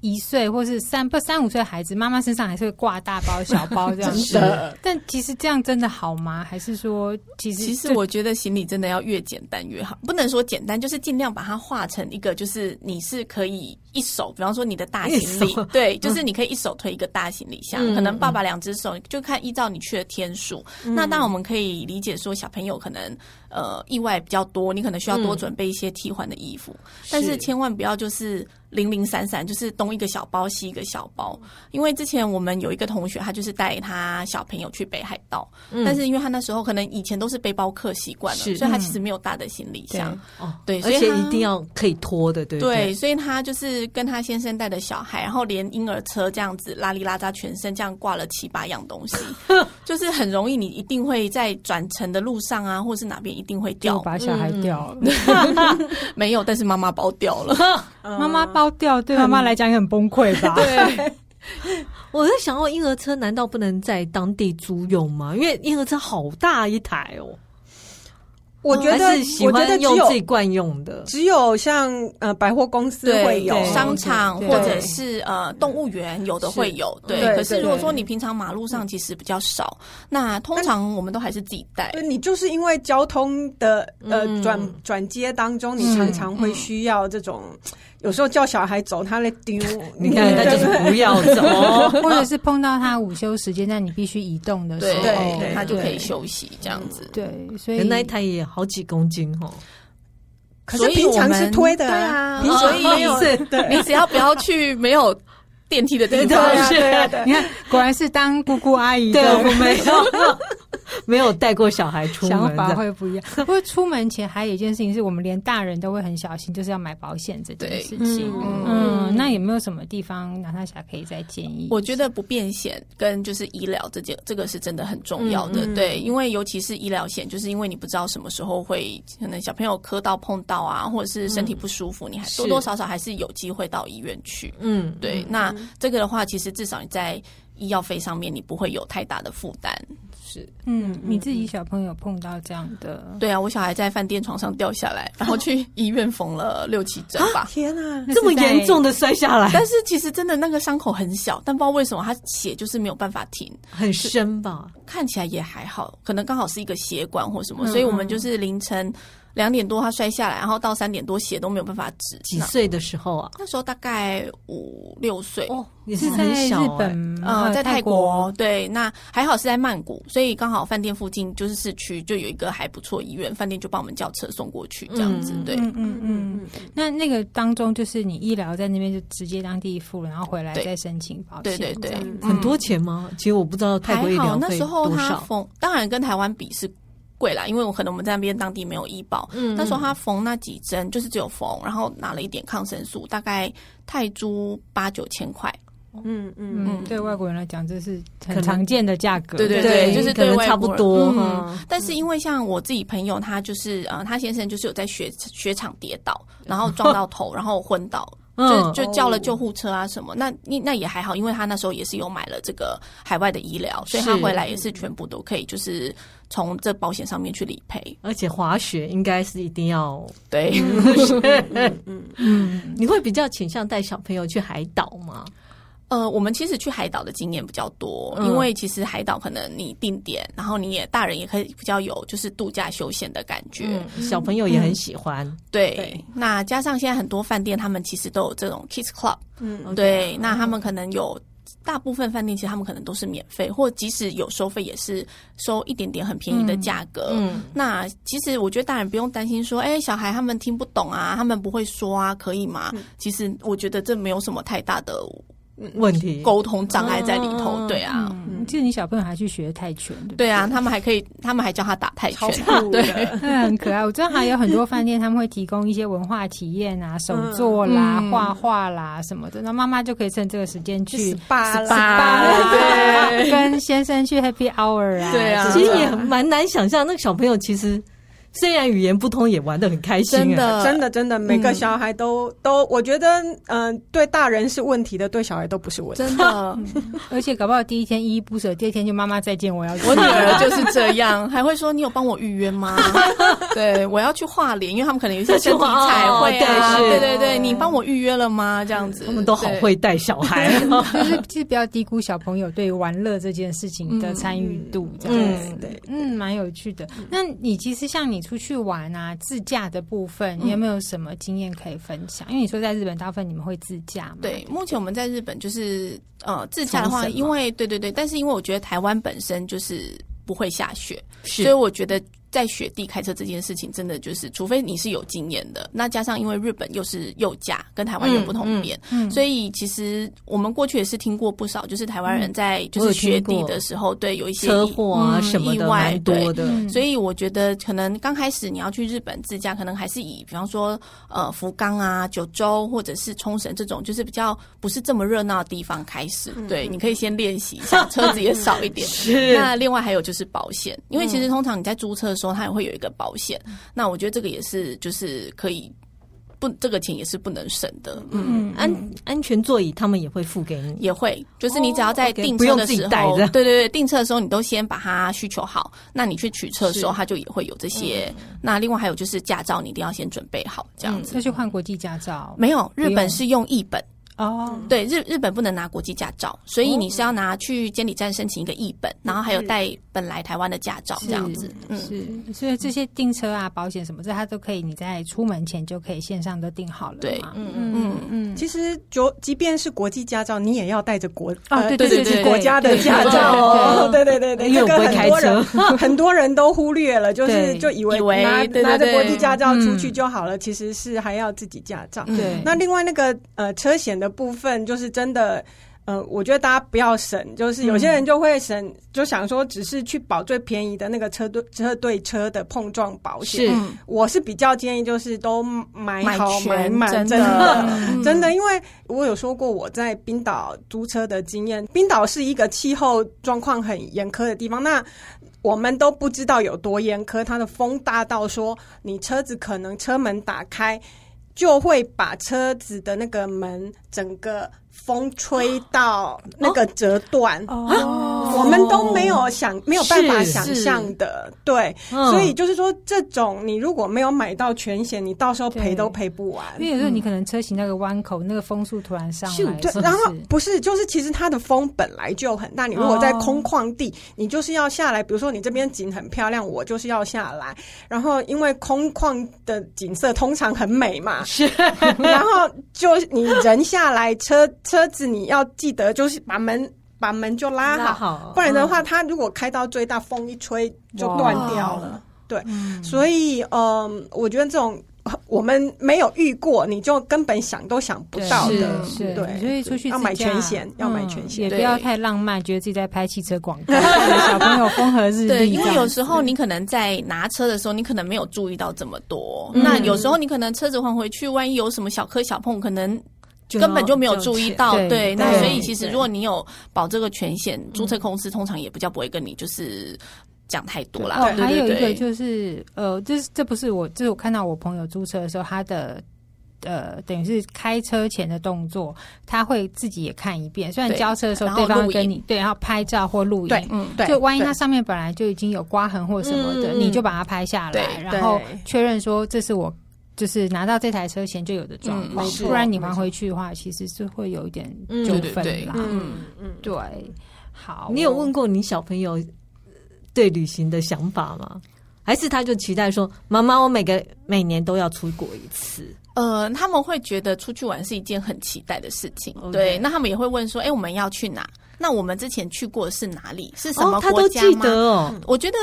Speaker 1: 一岁或是三不三五岁的孩子，妈妈身上还是会挂大包小包这样
Speaker 2: 真
Speaker 1: 子。但其实这样真的好吗？还是说，其实
Speaker 4: 其实
Speaker 1: 就
Speaker 4: 我觉得行李真的要越简单越好，不能说简单，就是尽量把它化成一个，就是你是可以一手，比方说你的大
Speaker 2: 一
Speaker 4: 行李
Speaker 2: 手，
Speaker 4: 对，就是你可以一手推一个大行李箱，
Speaker 2: 嗯
Speaker 4: 可能爸爸两只手，就看依照你去的天数。那当然我们可以理解说小朋友可能呃意外比较多，你可能需要多
Speaker 2: 嗯
Speaker 4: 准备一些替换的衣服，但是
Speaker 2: 是
Speaker 4: 千万不要就是零零散散，就是东一个小包西一个小包。因为之前我们有一个同学，他就是带他小朋友去北海道，但是因为他那时候可能以前都是背包客习惯了，所
Speaker 2: 嗯是
Speaker 4: 以他其实没有大的行李箱。
Speaker 2: 哦，
Speaker 4: 对
Speaker 2: 而
Speaker 4: 所以
Speaker 2: 且
Speaker 4: 它
Speaker 2: 一定要可以拖的，对不
Speaker 4: 对，
Speaker 2: 对？
Speaker 4: 所以他就是跟他先生带的小孩，然后连婴儿车这样子拉里拉扎，全身这样挂了七八 样东西，就是很容易，你一定会在转乘的路上啊，或是哪边一定会
Speaker 1: 就
Speaker 4: 掉。
Speaker 1: 把小孩掉 了。
Speaker 4: 没有，但是妈妈包掉了。
Speaker 3: 嗯
Speaker 1: 妈妈包掉，对妈妈来讲也很崩溃吧？
Speaker 4: 对，
Speaker 2: 我在想，哦，婴儿车难道不能在当地租用吗？因为婴儿车好大一台哦，
Speaker 3: 我觉得
Speaker 2: 还是喜
Speaker 3: 我觉得
Speaker 2: 欢
Speaker 3: 只
Speaker 2: 用
Speaker 3: 有嗯
Speaker 2: 自己惯用的。
Speaker 3: 只有像呃百货公司会有
Speaker 2: 对
Speaker 4: 商场
Speaker 1: 对
Speaker 4: 或者是呃动物园，有的会有。对
Speaker 3: 对，
Speaker 4: 可是
Speaker 3: 对
Speaker 4: 如果
Speaker 3: 对
Speaker 4: 说你平常马路上其实比较少，那通常我们都还是自己带
Speaker 3: 对。你就是因为交通的呃
Speaker 2: 嗯
Speaker 3: 转转接当中，你
Speaker 1: 是
Speaker 3: 常常会需要这种，有时候叫小孩走，他来丢，
Speaker 2: 你看，那就是不要走。
Speaker 1: 或者是碰到他午休时间，但你必须移动的时候，
Speaker 3: 对对
Speaker 4: 他就可以
Speaker 1: 对
Speaker 4: 休息这样子。
Speaker 1: 对，
Speaker 4: 哎
Speaker 1: 所以
Speaker 2: 原来台也好几公斤哦，
Speaker 3: 可是平常是推的
Speaker 4: 啊，
Speaker 3: 平
Speaker 4: 所
Speaker 3: 常
Speaker 4: 以
Speaker 3: 没有
Speaker 4: 是你只要不要去没有电梯的地
Speaker 2: 对
Speaker 4: 方，
Speaker 2: 啊对啊
Speaker 1: 你看，果然是当姑姑阿姨
Speaker 2: 对，
Speaker 1: 的
Speaker 2: 我没有没有带过小孩出
Speaker 1: 想
Speaker 2: 门
Speaker 1: 法
Speaker 2: 的，
Speaker 1: 会不一样。 不过出门前还有一件事情，是我们连大人都会很小心，就是要买保险这件
Speaker 4: 对
Speaker 1: 事情。
Speaker 2: 嗯
Speaker 1: 嗯，那有没有什么地方娜塔莎可以再建议？
Speaker 4: 我觉得不变险跟就是医疗这件，这个是真的很重要的，
Speaker 3: 嗯嗯
Speaker 4: 对，因为尤其是医疗险，就是因为你不知道什么时候会可能小朋友磕到碰到啊，或者是身体
Speaker 3: 嗯
Speaker 4: 不舒服，你还
Speaker 2: 是
Speaker 4: 多多少少还是有机会到医院去。
Speaker 2: 嗯，
Speaker 4: 对，那这个的话，其实至少你在医药费上面你不会有太大的负担。
Speaker 2: 是
Speaker 1: 嗯，你自己小朋友碰到这样的，
Speaker 4: 对啊，我小孩在饭店床上掉下来，然后去医院缝了 六七针吧。
Speaker 3: 天啊，
Speaker 1: 那是
Speaker 2: 这么严重
Speaker 1: 在
Speaker 2: 的摔下来，
Speaker 4: 但是其实真的那个伤口很小，但不知道为什么他血就是没有办法停，
Speaker 2: 很深吧？
Speaker 4: 看起来也还好，可能刚好是一个血管或什么，
Speaker 1: 嗯
Speaker 4: 所以我们就是凌晨两点多他摔下来，然后到三点多血都没有办法止。
Speaker 2: 几
Speaker 4: 那
Speaker 2: 岁的时候啊？
Speaker 4: 那时候大概五六岁。
Speaker 2: 哦，也
Speaker 1: 是在
Speaker 2: 很小
Speaker 1: 日
Speaker 2: 哎
Speaker 1: 本吗
Speaker 4: 呃，
Speaker 1: 还有
Speaker 4: 在泰
Speaker 1: 国
Speaker 4: 国，对，那还好是在曼谷，所以刚好饭店附近就是市区，就有一个还不错医院，饭店就帮我们叫车送过去，这样子，
Speaker 2: 嗯
Speaker 4: 对，
Speaker 1: 嗯嗯嗯，那那个当中就是你医疗在那边就直接当地付了，然后回来
Speaker 4: 对
Speaker 1: 再申请保险，
Speaker 4: 对对对
Speaker 1: 这样子
Speaker 2: 很多钱吗？其实我不知道泰国医
Speaker 4: 还好
Speaker 2: 疗
Speaker 4: 那
Speaker 2: 费
Speaker 4: 时候
Speaker 2: 多
Speaker 4: 他
Speaker 2: 少。
Speaker 4: 缝，当然跟台湾比是贵啦，因为我可能我们在那边当地没有医保。
Speaker 2: 嗯
Speaker 4: 那时候他缝那几针就是只有缝，然后拿了一点抗生素，大概泰铢八九千块。
Speaker 3: 嗯嗯，
Speaker 1: 嗯，
Speaker 4: 嗯
Speaker 1: 对外国人来讲这是
Speaker 2: 可
Speaker 1: 很
Speaker 2: 能
Speaker 1: 常见的价格，
Speaker 4: 对对
Speaker 2: 对
Speaker 4: 就是
Speaker 2: 可
Speaker 4: 对
Speaker 2: 能
Speaker 4: 外
Speaker 2: 差不
Speaker 4: 国人
Speaker 2: 多
Speaker 4: 嗯，但是因为像我自己朋友，他就是呃，他先生就是有在雪雪场跌倒，然 后撞到头，然后昏倒。就
Speaker 2: 嗯
Speaker 4: 就叫了救护车啊什么，那那那也还好，因为他那时候也是有买了这个海外的医疗，所以他
Speaker 2: 是
Speaker 4: 回来也是全部都可以，就是从这保险上面去理赔。
Speaker 2: 而且滑雪应该是一定要，
Speaker 4: 对，
Speaker 1: 嗯，
Speaker 2: 你会比较倾向带小朋友去海岛吗？
Speaker 4: 呃，我们其实去海岛的经验比较多，
Speaker 2: 嗯
Speaker 4: 因为其实海岛可能你定点，然后你也大人也可以比较有就是度假休闲的感觉。
Speaker 2: 小朋友也很喜欢。
Speaker 4: 嗯对，
Speaker 3: 对
Speaker 4: 那加上现在很多饭店他们其实都有这种 kids club，
Speaker 2: 哦
Speaker 3: 嗯
Speaker 4: 对，那他们可能有。大部分饭店其实他们可能都是免费，或即使有收费，也是收一点点很便宜的价格。
Speaker 2: 嗯
Speaker 4: 那其实我觉得大人不用担心说，哎、小孩他们听不懂啊，他们不会说啊，可以吗？其实我觉得这没有什么太大的
Speaker 2: 问题
Speaker 4: 沟通障碍在里头，
Speaker 2: 嗯
Speaker 4: 对啊。
Speaker 1: 嗯，我记得你小朋友还去学泰拳，对不对？
Speaker 4: 对啊，他们还可以，他们还教他打泰
Speaker 3: 超
Speaker 4: 拳，
Speaker 3: 酷的，
Speaker 1: 那 很可爱。我知道还有很多饭店他们会提供一些文化体验啊，手作啦、
Speaker 4: 嗯
Speaker 1: 画画啦什么的，那妈妈就可以趁这个时间去
Speaker 3: 去 SPA 啦
Speaker 1: SPA 啦
Speaker 4: 对
Speaker 1: 跟先生去 Happy Hour 啊，
Speaker 4: 对啊
Speaker 2: 其实也蛮难想象，那个小朋友其实虽然语言不通，也玩的很开心、啊。
Speaker 4: 真，的
Speaker 3: 真的真的，每个小孩都、都，我觉得，嗯、对大人是问题的，对小孩都不是问题。
Speaker 4: 真的，
Speaker 1: 而且搞不好第一天依依不舍，第二天就妈妈再见，我要去
Speaker 4: 我 女儿就是这样， 还会说你有帮我预约吗？对，我要去画脸，因为他们可能有一些身体彩绘啊，
Speaker 2: 哦对是
Speaker 4: 对对对，你帮我预约了吗？这样子，
Speaker 2: 他们都好会带小孩、啊。
Speaker 1: 就是其实不要低估小朋友对于玩乐这件事情的参与度，这样子，
Speaker 3: 嗯对对
Speaker 1: 嗯，蛮有趣的。那你其实像你出去玩啊、自驾的部分，你有没有什么经验可以分享？因为你说在日本大部分你们会自驾嘛？
Speaker 4: 对，目前我们在日本就是呃自驾的
Speaker 1: 冲
Speaker 4: 话，
Speaker 1: 绳嘛
Speaker 4: 因为对对对，但是因为我觉得台湾本身就是不会下雪，
Speaker 2: 是
Speaker 4: 所以我觉得在雪地开车这件事情，真的就是，除非你是有经验的，那加上因为日本又是右驾，跟台湾有不同点，
Speaker 1: 嗯
Speaker 4: 所以其实我们过去也是听过不少，就是台湾人在就
Speaker 2: 我有
Speaker 4: 是
Speaker 2: 听
Speaker 4: 雪地
Speaker 2: 过
Speaker 4: 的时候，对有一些
Speaker 2: 车
Speaker 4: 意
Speaker 2: 祸啊
Speaker 4: 嗯
Speaker 2: 什么
Speaker 4: 意
Speaker 2: 的
Speaker 4: 外
Speaker 2: 蛮多
Speaker 4: 对
Speaker 2: 的，
Speaker 1: 嗯
Speaker 4: 所以我觉得，可能刚开始你要去日本自驾，可能还是以比方说呃福冈啊、九州或者是冲绳这种，就是比较不是这么热闹的地方开始。
Speaker 2: 嗯
Speaker 4: 对，你可以先练习一下，车子也少 一点。
Speaker 2: 是
Speaker 4: 那另外还有就是保险，因为其实通常你在租车的时候，它也会有一个保险。那我觉得这个也是就是可以不，这个钱也是不能省的。嗯。
Speaker 2: 安安全座椅他们也会付给你，
Speaker 4: 也会，就是你只要在
Speaker 2: OK，
Speaker 4: 订
Speaker 2: 不
Speaker 4: 车
Speaker 2: 用
Speaker 4: 的
Speaker 2: 自己
Speaker 4: 时候，
Speaker 2: 带着
Speaker 4: 对对对，订车的时候你都先把它需求好，那你去取车的时候，
Speaker 2: 是
Speaker 4: 它就也会有这些。那另外还有就是驾照，你一定要先准备好，这样子。
Speaker 1: 要去换国际驾照
Speaker 4: 没有，日
Speaker 1: 不用
Speaker 4: 本是用译本，
Speaker 1: 哦，
Speaker 4: 对日日本不能拿国际驾照，所以你是要拿去监理站申请一个译本，然后还有带本来台湾的驾照这样子。嗯，
Speaker 1: 是，所以这些订车啊、保险什么，这它都可以，你在出门前就可以线上都订好了嘛。
Speaker 4: 对
Speaker 1: 嗯嗯嗯，
Speaker 3: 其实，就即便是国际驾照，你也要带着国
Speaker 1: 哦
Speaker 3: 呃
Speaker 1: 对对
Speaker 3: 自
Speaker 4: 对
Speaker 3: 己
Speaker 4: 对
Speaker 3: 国家的
Speaker 4: 对
Speaker 3: 驾
Speaker 4: 对
Speaker 3: 照哦，
Speaker 2: 对
Speaker 3: 对 对对对，
Speaker 2: 因为
Speaker 3: 这
Speaker 2: 我
Speaker 3: 个
Speaker 2: 不会
Speaker 3: 很
Speaker 2: 开
Speaker 3: 多
Speaker 2: 车
Speaker 3: 人很多人都忽略了，就是
Speaker 2: 对
Speaker 3: 就以为哎
Speaker 4: 以为
Speaker 3: 拿
Speaker 4: 对对
Speaker 3: 拿着
Speaker 4: 对
Speaker 3: 国际驾照出去
Speaker 1: 嗯
Speaker 3: 就好了，其实是还要自己驾照。
Speaker 4: 嗯
Speaker 1: 对
Speaker 3: 那另外那个呃车险的部分，就是真的。呃，我觉得大家不要省，就是有些人就会省，就想说只是去保最便宜的那个车对车对车的碰撞保险。
Speaker 2: 是
Speaker 4: 嗯
Speaker 3: 我是比较建议就是都买
Speaker 4: 买
Speaker 3: 好买
Speaker 4: 全
Speaker 3: 满，
Speaker 4: 真
Speaker 3: 真的
Speaker 4: 嗯
Speaker 3: 真的，因为我有说过我在冰岛租车的经验。冰岛是一个气候状况很严苛的地方，那我们都不知道有多严苛。它的风大到说，你车子可能车门打开，就会把车子的那个门整个风吹到那个折断。
Speaker 1: 哦
Speaker 3: 我们都没有想，没有办法
Speaker 2: 是
Speaker 3: 想
Speaker 4: 是
Speaker 3: 象的，对，
Speaker 2: 嗯
Speaker 3: 所以就是说，这种你如果没有买到全险，你到时候赔都赔不完。
Speaker 1: 因为有时候你可能车行那个弯口，那个风速突然上来，
Speaker 3: 对
Speaker 1: 是，不
Speaker 3: 然后
Speaker 1: 是
Speaker 3: 不是，就是其实它的风本来就很大。你如果在空旷地，你就是要下来。比如说你这边景很漂亮，我就是要下来。然后因为空旷的景色通常很美嘛，
Speaker 2: 是
Speaker 3: 然后就你人下来，车车子你要记得就是把门把门就拉好，
Speaker 2: 拉好
Speaker 3: 不然的
Speaker 4: 嗯
Speaker 3: 话，它如果开到最大，风一吹就断掉了。对，所以嗯、我觉得这种我们没有遇过，你就根本想都想不到
Speaker 1: 是
Speaker 3: 的。
Speaker 1: 是，
Speaker 3: 对
Speaker 1: 所以出去
Speaker 3: 要
Speaker 1: 自
Speaker 3: 买
Speaker 1: 驾
Speaker 3: 全险要买全
Speaker 1: 嗯
Speaker 3: 险
Speaker 1: 也不
Speaker 4: 对
Speaker 1: 要太浪漫，觉得自己在拍汽车 广告，让小朋友风和日丽这样子。
Speaker 4: 对，因为有时候你可能在拿车的时候，你可能没有注意到这么多。
Speaker 1: 嗯
Speaker 4: 那有时候你可能车子还回去，万一有什么小磕小碰，可能
Speaker 2: 就
Speaker 4: 根本就没有注意
Speaker 2: 嗯
Speaker 4: 到。
Speaker 1: 对对
Speaker 4: 对，那
Speaker 1: 对嗯
Speaker 4: 所以其实
Speaker 3: 对
Speaker 4: 如果你有保这个权限，注册公司通常也比较不会跟你就是讲太多啦。
Speaker 1: 哦，
Speaker 4: 对
Speaker 1: 还有
Speaker 4: 对
Speaker 1: 一个
Speaker 4: 对，
Speaker 1: 就是，呃，这是这不是我，这是我看到我朋友租车的时候，他的呃，等于是开车前的动作，他会自己也看一遍。虽然
Speaker 4: 对
Speaker 1: 交车的时候，
Speaker 4: 然后
Speaker 1: 对方
Speaker 4: 录
Speaker 1: 会跟你对，然后拍照或录
Speaker 3: 对
Speaker 1: 影。
Speaker 4: 嗯，
Speaker 3: 对，
Speaker 1: 就万一
Speaker 3: 对
Speaker 1: 它上面本来就已经有刮痕或什么的，
Speaker 3: 嗯嗯
Speaker 1: 你就把它拍下来，
Speaker 4: 对
Speaker 1: 然后
Speaker 3: 对
Speaker 1: 确认说这是我就是拿到这台车前就有的状
Speaker 4: 嗯
Speaker 1: 况
Speaker 4: 没，
Speaker 3: 错
Speaker 1: 不然你
Speaker 3: 没
Speaker 1: 还
Speaker 3: 错
Speaker 1: 回去的话，其实是会有一点
Speaker 2: 嗯
Speaker 1: 纠
Speaker 4: 对对
Speaker 1: 纷
Speaker 4: 对
Speaker 1: 啦。
Speaker 3: 嗯嗯，
Speaker 1: 对，
Speaker 4: 哦
Speaker 1: 好，
Speaker 2: 你有问过你小朋友呃对旅行的想法吗？还是他就期待说，妈妈，我每个每年都要出国一次，
Speaker 4: 呃，他们会觉得出去玩是一件很期待的事情。
Speaker 2: OK
Speaker 4: 对，那他们也会问说，哎，我们要去哪？那我们之前去过的是哪里？是什
Speaker 2: 哦
Speaker 4: 么，
Speaker 2: 他
Speaker 4: 国
Speaker 2: 都
Speaker 4: 家
Speaker 2: 记
Speaker 4: 吗？
Speaker 2: 得哦，
Speaker 4: 我觉得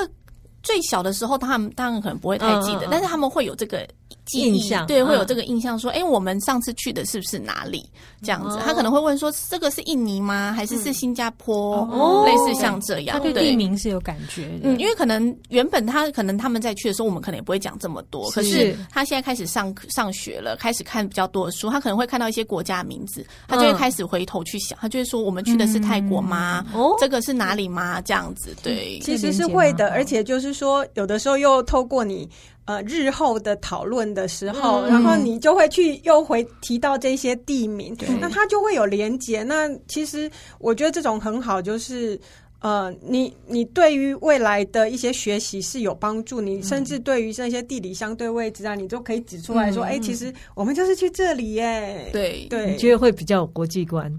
Speaker 4: 最小的时候，他们当然可能不会太记得，
Speaker 2: 嗯嗯嗯
Speaker 4: 但是他们会有这个记忆
Speaker 2: 印象
Speaker 4: 对，
Speaker 2: 嗯
Speaker 4: 会有这个印象，说，哎、我们上次去的是不是哪里？这样子，
Speaker 2: 哦
Speaker 4: 他可能会问说，这个是印尼吗？还是是新加坡？
Speaker 1: 哦
Speaker 4: 类似像这
Speaker 1: 他
Speaker 4: 样，
Speaker 1: 对地名是有感觉的，
Speaker 4: 嗯，因为可能原本他可能他们在去的时候，我们可能也不会讲这么多。
Speaker 2: 是
Speaker 4: 可是他现在开始上上学了，开始看比较多的书，他可能会看到一些国家的名字，他就会
Speaker 2: 嗯
Speaker 4: 开始回头去想，他就会说我们去的是泰国吗？
Speaker 2: 哦嗯
Speaker 4: 这个是哪里吗？这样子，对，
Speaker 3: 其
Speaker 1: 这
Speaker 3: 实
Speaker 1: 连
Speaker 3: 是
Speaker 1: 接
Speaker 3: 会
Speaker 1: 吗
Speaker 3: 的，
Speaker 1: 哦
Speaker 3: 而且就是说，有的时候又透过你呃日后的讨论的时候，
Speaker 2: 嗯
Speaker 3: 然后你就会去又回提到这些地名
Speaker 4: 对，
Speaker 3: 那它就会有连结。那其实我觉得这种很好，就是。呃，你你对于未来的一些学习是有帮助，你甚至对于那些地理相对位置啊，你都可以指出来说，哎、其实我们就是去这里耶。
Speaker 4: 对
Speaker 3: 对
Speaker 2: 你觉得会比较有国际观。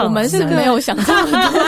Speaker 4: 我们是没有想这么 多，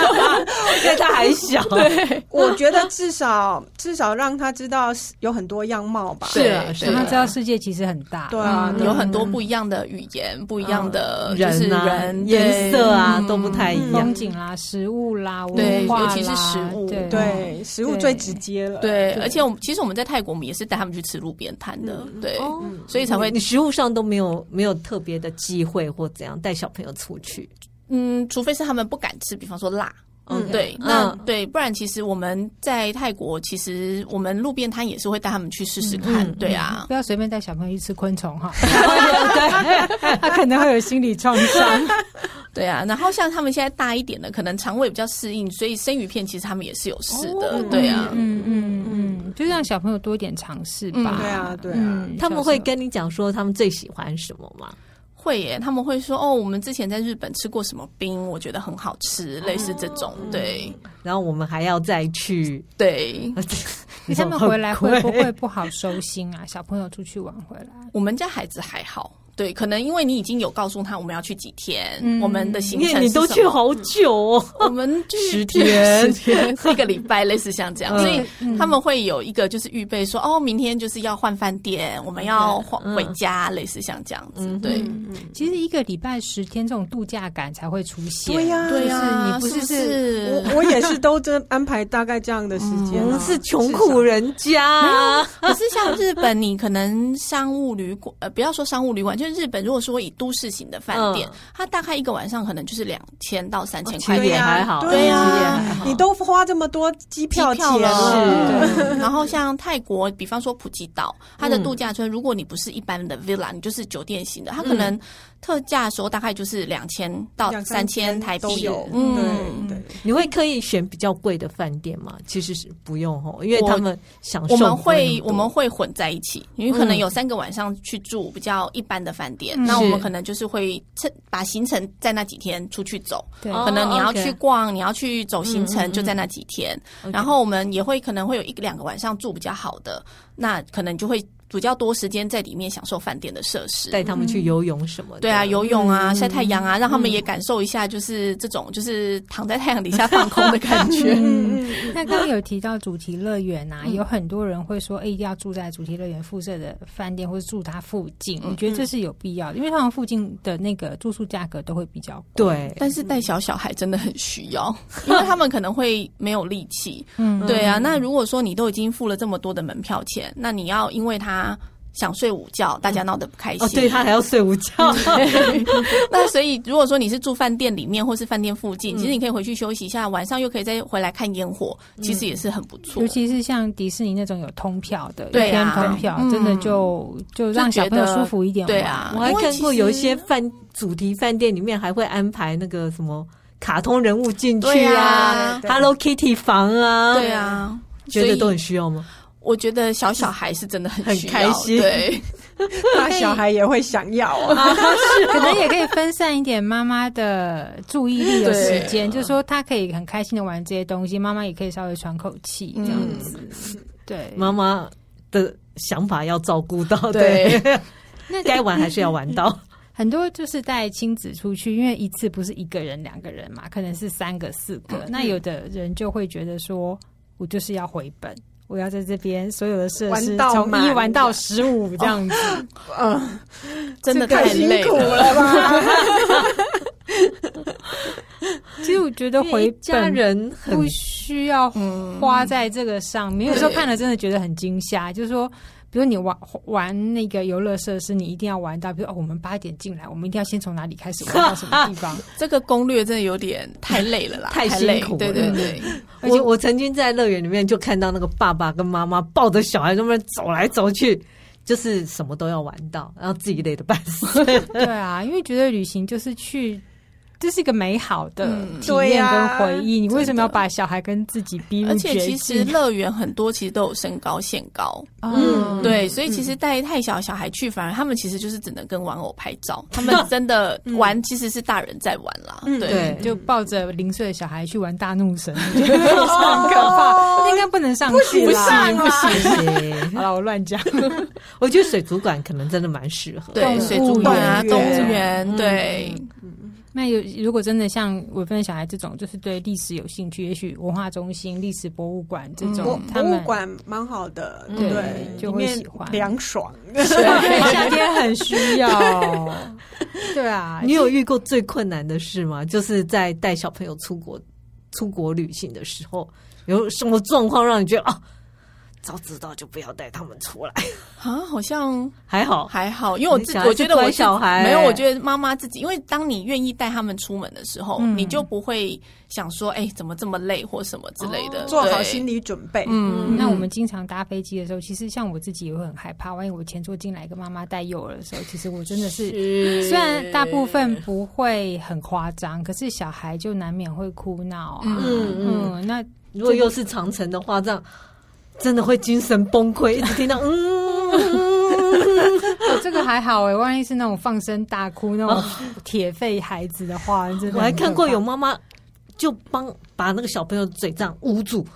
Speaker 2: 因为他还小，
Speaker 4: 对，
Speaker 3: 我觉得至少至少让他知道是有很多样貌吧。
Speaker 4: 是啊
Speaker 2: 对
Speaker 4: 是
Speaker 1: 让他
Speaker 4: 啊
Speaker 1: 知道世界其实很大。
Speaker 3: 对啊，
Speaker 4: 有很多不一样的语言，不一样的就
Speaker 2: 嗯
Speaker 4: 是
Speaker 2: 人啊
Speaker 4: 人、嗯
Speaker 2: 颜色啊
Speaker 4: 对
Speaker 2: 都不太一样
Speaker 1: 风。景啦、食物啦、
Speaker 4: 对
Speaker 1: 文化啦
Speaker 4: 尤其是食物
Speaker 1: 对
Speaker 3: 对食物最直接了。
Speaker 4: 对，而且我们其实我们在泰国，我们也是带他们去吃路边摊的，对，
Speaker 2: 哦
Speaker 4: 所以才会
Speaker 2: 你食物上都没有没有特别的机会或怎样带小朋友出去，
Speaker 4: 嗯，除非是他们不敢吃，比方说辣。
Speaker 2: 嗯
Speaker 4: 对，那、
Speaker 2: 嗯
Speaker 4: 对，不然其实我们在泰国，其实我们路边摊也是会带他们去试试看，
Speaker 2: 嗯
Speaker 4: 对啊，
Speaker 1: 不要随便带小朋友去吃昆虫哈，他可能会有心理创伤。
Speaker 4: 对啊。然后像他们现在大一点的，可能肠胃比较适应，所以生鱼片其实他们也是有试的，
Speaker 2: 哦
Speaker 4: 对啊。
Speaker 1: 嗯嗯嗯，就让小朋友多一点尝试吧。
Speaker 4: 嗯
Speaker 3: 对啊，对啊，
Speaker 1: 嗯，
Speaker 2: 他们会跟你讲说他们最喜欢什么吗？
Speaker 4: 会耶，他们会说哦，我们之前在日本吃过什么冰，我觉得很好吃，类似这种，
Speaker 2: 哦
Speaker 4: 对
Speaker 2: 然后我们还要再去，
Speaker 4: 对。
Speaker 1: 小时候，他们回来会不会不好收心啊？小朋友出去玩回来，
Speaker 4: 我们家孩子还好，对，可能因为你已经有告诉他我们要去几天，
Speaker 1: 嗯
Speaker 4: 我们的行
Speaker 2: 因
Speaker 4: 程
Speaker 2: 为你
Speaker 4: 是
Speaker 2: 都
Speaker 4: 什
Speaker 2: 去
Speaker 4: 么
Speaker 2: 好久哦，
Speaker 4: 我们去
Speaker 2: 十天
Speaker 4: 十天一个礼拜，类似像这样，
Speaker 2: 嗯
Speaker 4: 所以他们会有一个就是预备说，哦，明天就是要换饭店，我们要
Speaker 2: 嗯
Speaker 4: 换回家，类似像这样子，对。
Speaker 3: 嗯
Speaker 1: 其实一个礼拜十天这种度假感才会出现。
Speaker 3: 对呀
Speaker 4: 对
Speaker 1: 就是
Speaker 4: 呀，
Speaker 1: 你不
Speaker 4: 是
Speaker 1: 是
Speaker 4: 是
Speaker 3: 我我也是都真安排大概这样的时间
Speaker 2: 我
Speaker 3: 啊
Speaker 2: 们嗯是穷苦人家啊，
Speaker 4: 可是像日本，你可能商务旅馆，呃，不要说商务旅馆，就是日本，如果说以都市型的饭店
Speaker 2: 嗯，
Speaker 4: 它大概一个晚上可能就是两千到三千
Speaker 2: 哦
Speaker 4: 块
Speaker 2: 其实
Speaker 4: 钱
Speaker 2: 也
Speaker 3: 对。啊
Speaker 2: 还好，
Speaker 3: 对
Speaker 4: 啊
Speaker 2: 其实也还好
Speaker 3: 你都花这么多机票钱啊
Speaker 4: 机票了
Speaker 3: 了，
Speaker 4: 嗯然后像泰国，比方说普吉岛，它
Speaker 3: 嗯
Speaker 4: 的度假村，如果你不是一般的 villa，你就是酒店型的，它可能特价的时候大概就是两千到
Speaker 3: 嗯两
Speaker 4: 三
Speaker 3: 三
Speaker 4: 千
Speaker 3: 千
Speaker 4: 台
Speaker 3: 都
Speaker 4: 币
Speaker 3: 有。
Speaker 4: 嗯，
Speaker 3: 对对。
Speaker 2: 你会刻意选比较贵的饭店吗？其实是不用哦，因为
Speaker 4: 我
Speaker 2: 他们享受
Speaker 4: 我们会
Speaker 2: 不
Speaker 4: 我
Speaker 2: 那么多
Speaker 4: 们会混在一起，因为可
Speaker 3: 嗯
Speaker 4: 能有三个晚上去住比较一般的饭店，
Speaker 1: 嗯
Speaker 4: 那我们
Speaker 2: 是
Speaker 4: 可能就是会趁把行程在那几天出去走，
Speaker 1: 对
Speaker 2: 哦
Speaker 4: 可能你要
Speaker 2: OK
Speaker 4: 去逛，你要去走
Speaker 2: 嗯
Speaker 4: 行
Speaker 2: 嗯
Speaker 4: 程
Speaker 2: 嗯
Speaker 4: 就在那几天，
Speaker 2: OK
Speaker 4: 然后我们也会可能会有一两个晚上住比较好的，那可能就会比较多时间在里面享受饭店的设施。
Speaker 2: 带他们去游泳什么的。
Speaker 4: 对啊，游
Speaker 2: 嗯
Speaker 4: 泳啊，晒太阳啊，让他们也感受一下，就是这种就是躺在太阳底下放空的感 觉。
Speaker 2: 嗯
Speaker 3: 嗯
Speaker 1: 那刚刚有提到主题乐园啊，有很多人会说，哎、一定要住在主题乐园附设的饭店，或者住它附近。我觉得这是有必要的，因为通常附近的那个住宿价格都会比较贵。
Speaker 2: 对，
Speaker 4: 但是带小小孩真的很需要，因为他们可能会没有力 气。
Speaker 1: 嗯
Speaker 4: 对啊，那如果说你都已经付了这么多的门票钱，那你要因为他想睡午觉，大家闹得不开心。
Speaker 2: 哦，对他还要睡午 觉，
Speaker 4: 那所以如果说你是住饭店里面或是饭店附近，其实你可以回去休息一下，晚上又可以再回来看烟火，其实也是很不错
Speaker 1: 尤。其是像迪士尼那种有通票的，
Speaker 4: 对啊
Speaker 1: 一天通票，
Speaker 4: 嗯
Speaker 1: 真的就就让小朋友舒服一点玩。
Speaker 4: 对啊，
Speaker 2: 我还
Speaker 4: 因为
Speaker 2: 看
Speaker 4: 其
Speaker 2: 过
Speaker 4: 实
Speaker 2: 有一些饭主题饭店里面还会安排那个什么卡通人物进
Speaker 4: 对
Speaker 2: 去
Speaker 4: 啊
Speaker 2: 啊
Speaker 3: 对
Speaker 2: ，Hello Kitty 房啊，
Speaker 4: 对，啊，
Speaker 2: 觉得都
Speaker 4: 所以
Speaker 2: 很需要吗？
Speaker 4: 我觉得小小孩是真的很
Speaker 2: 很
Speaker 4: 需要
Speaker 2: 开心
Speaker 4: 对，
Speaker 3: 大小孩也会想要啊，
Speaker 1: 可能也可以分散一点妈妈的注意力的时间，就是说她可以很开心的玩这些东西，妈妈也可以稍微喘口气这样子。对，
Speaker 2: 妈妈的想法要照顾到，
Speaker 4: 对
Speaker 2: 对，
Speaker 1: 那
Speaker 2: 该玩还是要玩 到。
Speaker 1: 很多就是带亲子出去，因为一次不是一个人、两个人嘛，可能是三个、四个。那有的人就会觉得说，我就是要回本，我要在这边所有的设施
Speaker 3: 玩到
Speaker 1: 从
Speaker 3: 满
Speaker 1: 一玩到十五这样子。
Speaker 3: 嗯，
Speaker 4: 真的
Speaker 3: 这
Speaker 4: 太
Speaker 3: 太辛
Speaker 4: 累
Speaker 3: 苦了吧？
Speaker 1: 其实我觉得
Speaker 2: 因为
Speaker 1: 回
Speaker 2: 一家
Speaker 1: 本
Speaker 2: 人很
Speaker 1: 不需要
Speaker 4: 嗯
Speaker 1: 花在这个上面。有时候看了真的觉得很惊吓，就是说。比如你玩玩那个游乐设施，你一定要玩到，比如哦，我们八点进来，我们一定要先从哪里开始玩到什么地方。
Speaker 4: 这个攻略真的有点太累了啦，
Speaker 2: 太
Speaker 4: 太累
Speaker 2: 辛苦了
Speaker 4: 对对对，
Speaker 1: 而且
Speaker 2: 我我曾经在乐园里面就看到那个爸爸跟妈妈抱着小孩在那边走来走去，就是什么都要玩到，然后自己累得半 死。
Speaker 1: 对啊，因为觉得旅行就是去，这是一个美好的
Speaker 4: 嗯
Speaker 1: 体验跟回忆。你为什
Speaker 4: 真
Speaker 1: 么
Speaker 4: 的
Speaker 1: 要把小孩跟自己逼
Speaker 2: 嗯
Speaker 1: 入
Speaker 4: 而
Speaker 1: 绝
Speaker 4: 且其实
Speaker 1: 境？
Speaker 4: 乐园很多其实都有身高限高，
Speaker 1: 嗯，
Speaker 4: 对，所以其实带太小小孩去，反而他们其实就是只能跟玩偶拍照，他们真的
Speaker 2: 嗯
Speaker 4: 玩其实是大人在玩啦，
Speaker 3: 嗯
Speaker 4: 对
Speaker 2: 对
Speaker 1: 就抱着零岁的小孩去玩大怒神，我觉得非常可怕，应该不能上去
Speaker 3: 不
Speaker 1: 啦。
Speaker 3: 上啊
Speaker 1: 好了，我乱讲。
Speaker 2: 我觉得水族馆可能真的蛮适合。
Speaker 4: 对，
Speaker 1: 动
Speaker 4: 水族
Speaker 1: 物
Speaker 4: 馆啊，
Speaker 3: 园
Speaker 4: 动物园，对，
Speaker 1: 那有如果真的像我分小孩这种，就是对历史有兴趣，也许文化中心、历史博物馆这
Speaker 3: 博
Speaker 1: 种，嗯他
Speaker 3: 嗯博物
Speaker 1: 们
Speaker 3: 馆蛮好的，
Speaker 1: 对
Speaker 3: 对，
Speaker 1: 就
Speaker 3: 里
Speaker 1: 会
Speaker 3: 面
Speaker 1: 喜欢
Speaker 3: 凉爽。
Speaker 1: 对夏天很需要。对啊，
Speaker 2: 你有遇过最困难的事吗？就是在带小朋友出国出国旅行的时候，有什么状况让你觉得啊，早知道就不要带他们出来？
Speaker 4: 啊，好像
Speaker 2: 还好，
Speaker 4: 还好，因为我自
Speaker 2: 你小孩
Speaker 4: 我觉得
Speaker 2: 是
Speaker 4: 我
Speaker 2: 乖
Speaker 4: 自
Speaker 2: 小孩
Speaker 4: 没有，我觉得妈妈自己，因为当你愿意带他们出门的时候，你就不会想说，哎、怎么这么累或什么之类的，
Speaker 3: 做好
Speaker 4: 对
Speaker 3: 心理准备。
Speaker 1: 嗯，那我们经常搭飞机的时候，其实像我自己也会很害怕，万一我前座进来一个妈妈带幼儿的时候，其实我真的是，虽然大部分不会很夸张，可是小孩就难免会哭闹啊。
Speaker 4: 嗯
Speaker 1: 嗯那
Speaker 2: 如果又是长城的话，这样 真的会精神崩溃，一直听到嗯，
Speaker 1: 哦这个还好哎、万一是那种放声大哭那种铁肺孩子的话，真的
Speaker 2: 我还
Speaker 1: 很可
Speaker 2: 看过
Speaker 1: 怕
Speaker 2: 有妈妈就帮把那个小朋友嘴这样捂住，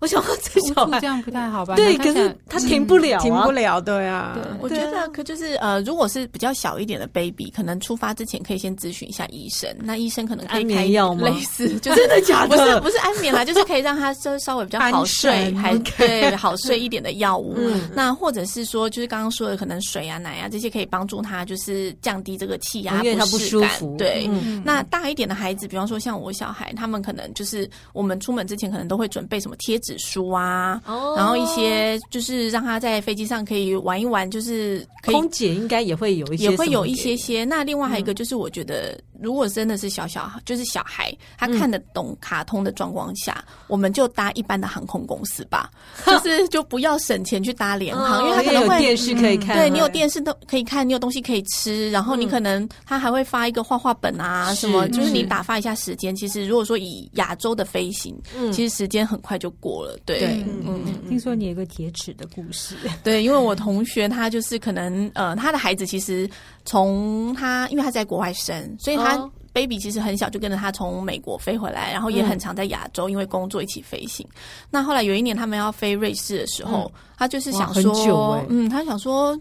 Speaker 2: 我想说这小
Speaker 1: 哭
Speaker 2: 孩
Speaker 1: 这样不太好吧？
Speaker 2: 对，
Speaker 1: 那
Speaker 2: 可
Speaker 1: 他
Speaker 2: 是
Speaker 1: 想
Speaker 4: 嗯
Speaker 2: 他停不了、啊，
Speaker 3: 停不了，对啊，
Speaker 4: 我觉得可就是呃，如果是比较小一点的 baby，可能出发之前可以先咨询一下医生，那医生可能可以
Speaker 2: 安
Speaker 4: 开
Speaker 2: 眠药吗
Speaker 4: 类似，就是
Speaker 2: 真的假的
Speaker 4: 不是不是安眠啦，就是可以让他稍稍微比较好睡，
Speaker 3: 安神
Speaker 4: 还对好睡一点的药物。
Speaker 2: 嗯
Speaker 4: 那或者是说，就是刚刚说的，可能水啊、奶啊这些可以帮助他，就是降低这个气压
Speaker 2: 哦因为他不
Speaker 4: 适
Speaker 2: 舒
Speaker 4: 感
Speaker 2: 服。
Speaker 4: 对，
Speaker 2: 嗯
Speaker 4: 那大一点的孩子，比方说像我小孩，他们可能就是我们出门之前可能都会准备什么贴纸书啊，
Speaker 2: 哦
Speaker 4: 然后一些就是让他在飞机上可以玩一玩，就是可以
Speaker 2: 空姐应该也会有一些，
Speaker 4: 也会有一些。些。那另外还有一
Speaker 2: 嗯
Speaker 4: 个就是，我觉得如果真的是小小就是小孩，他看得懂卡通的状况下，
Speaker 2: 嗯
Speaker 4: 我们就搭一般的航空公司 吧，就是就不要省钱去搭联啊航，因为他
Speaker 2: 嗯
Speaker 4: 可
Speaker 2: 哦也
Speaker 4: 能
Speaker 2: 有
Speaker 4: 会嗯
Speaker 2: 电视可以看，啊嗯
Speaker 4: 对你有电视都可以看，你有东西可以吃，然后你可能他还会发一个画画本啊，
Speaker 2: 是
Speaker 4: 什么，就是你
Speaker 2: 是
Speaker 4: 打发一下时间。其实如果说以亚洲的飞行，
Speaker 2: 嗯
Speaker 4: 其实时间很快就过了。对，
Speaker 1: 对
Speaker 4: 嗯，
Speaker 1: 听说你有个铁齿的故事，
Speaker 4: 对，因为我同学他就是可能呃，他的孩子其实从他因为他在国外生，所以他
Speaker 2: 哦
Speaker 4: baby 其实很小就跟着他从美国飞回来，然后也很常在亚洲因为工作一起飞行。那后来有一年他们要飞瑞士的时候，他就是想
Speaker 2: 嗯哇很久
Speaker 4: 说，
Speaker 2: 欸
Speaker 4: 嗯，他想说。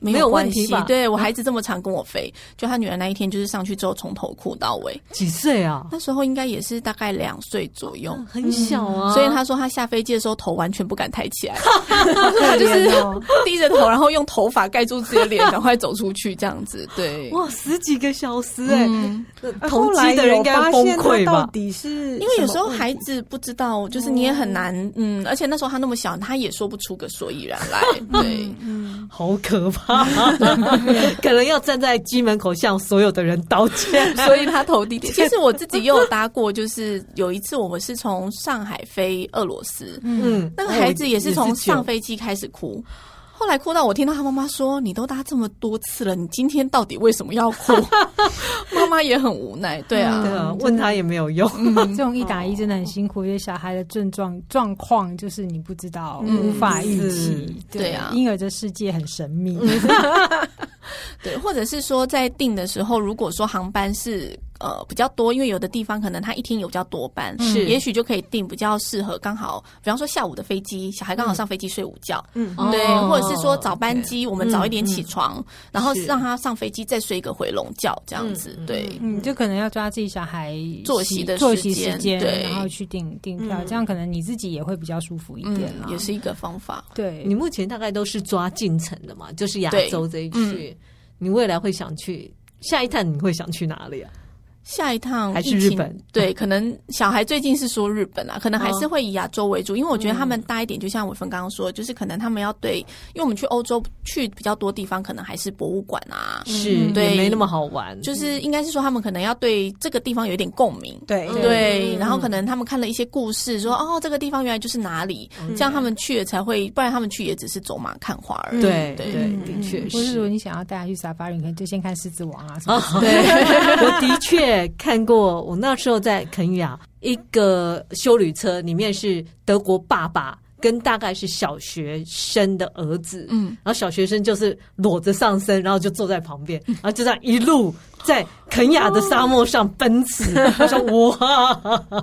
Speaker 4: 没
Speaker 2: 没有问
Speaker 4: 关
Speaker 2: 题
Speaker 4: 系
Speaker 2: 吧，
Speaker 4: 对我孩子这么常跟我飞，就他女儿那一天就是上去之后从头哭到尾，
Speaker 2: 几岁 啊？
Speaker 4: 那时候应该也是大概两岁左右，
Speaker 2: 很小啊，
Speaker 4: 所以他说他下飞机的时候头完全不敢抬起来，
Speaker 1: 他
Speaker 3: 哦
Speaker 4: 就是低着头，然后用头发盖住自己的脸，赶快走出去这样子。对，嗯
Speaker 2: 哇，十几个小时哎，那
Speaker 3: 啊
Speaker 2: 同
Speaker 3: 后来
Speaker 2: 机的人应该
Speaker 3: 有发
Speaker 2: 崩
Speaker 3: 现他
Speaker 2: 溃
Speaker 3: 到
Speaker 2: 吧？
Speaker 3: 底是
Speaker 4: 因为有时
Speaker 3: 什
Speaker 4: 候
Speaker 3: 么哦
Speaker 4: 孩子不知道，就是你也很难，嗯，而且那时候他那么小，他也说不出个所以然来。
Speaker 3: 嗯
Speaker 4: 对，
Speaker 2: 好可 怕，可能要站在机门口向所有的人道歉。
Speaker 4: 所以他 投递。其实我自己也有搭过，就是有一次我们是从上海飞俄罗斯，
Speaker 2: 嗯，
Speaker 4: 那个孩子也是从上
Speaker 2: 飞，
Speaker 4: 飞机开始哭。后来哭到我听到他妈妈说：“你都搭这么多次了，你今天到底为什么要哭？” 妈妈也很无奈，对啊，
Speaker 2: 对啊，问他也没有用。
Speaker 1: 嗯这种一打一真的很辛苦，因为小孩的症状状况就是你不知道，无法预期。
Speaker 4: 是对啊
Speaker 1: 婴儿的世界很神秘。
Speaker 4: 对，或者是说在订的时候，如果说航班是呃比较多，因为有的地方可能他一天有比较多班，
Speaker 2: 是
Speaker 4: 也许就可以订比较适合刚好，比方说下午的飞机，小孩刚好上飞机睡午觉，
Speaker 3: 嗯
Speaker 4: 对，
Speaker 2: 哦
Speaker 4: 或者是说早班机，我们早一点起床，然后
Speaker 2: 是
Speaker 4: 让他上飞机再睡一个回笼觉，这样子，
Speaker 2: 嗯嗯
Speaker 4: 对。
Speaker 1: 嗯，就可能要抓自己小孩
Speaker 4: 作息的
Speaker 1: 作
Speaker 4: 时
Speaker 1: 息时
Speaker 4: 间
Speaker 1: 间，
Speaker 4: 对
Speaker 1: 然后去订订票，
Speaker 3: 嗯
Speaker 1: 这样可能你自己也会比较舒服一
Speaker 4: 嗯
Speaker 1: 点啦。，
Speaker 4: 也是一个方法。
Speaker 1: 对，
Speaker 2: 你目前大概都是抓进城的嘛，就是亚洲这一区。你未来会想去下一趟？你会想去哪里啊？
Speaker 4: 下一趟
Speaker 2: 还是
Speaker 4: 疫情
Speaker 2: 日本嗯
Speaker 4: 对， 可能小孩最近是说日本啊啦，可能还是会以亚洲为主，因为我觉得他们大一点，就像伟芬刚刚说，就是可能他们要对，因为我们去欧洲去比较多地方，可能还是博物馆啊，
Speaker 2: 是，嗯也
Speaker 4: 对
Speaker 2: 没那么好玩，
Speaker 4: 就是应该是说他们可能要对这个地方有一点共鸣。
Speaker 3: 对
Speaker 4: 嗯对，
Speaker 2: 嗯
Speaker 4: 然后可能他们看了一些故事，说哦，这个地方原来就是哪里，
Speaker 2: 嗯
Speaker 4: 这样他们去了才会，不然他们去也只是走马看花而已。
Speaker 2: 对
Speaker 4: 对
Speaker 2: 对，的确
Speaker 1: 或是如果
Speaker 2: 是。
Speaker 1: 你想要带他去沙发，你可能就先看《狮子王》啊什
Speaker 2: 哦
Speaker 1: 么的。
Speaker 2: 我的确看过，我那时候在肯雅一个修旅车里面是德国爸爸跟大概是小学生的儿子，
Speaker 4: 嗯，
Speaker 2: 然后小学生就是裸着上身，然后就坐在旁边，
Speaker 4: 嗯
Speaker 2: 然后就这样一路在肯雅的沙漠上奔 驰，我说哇，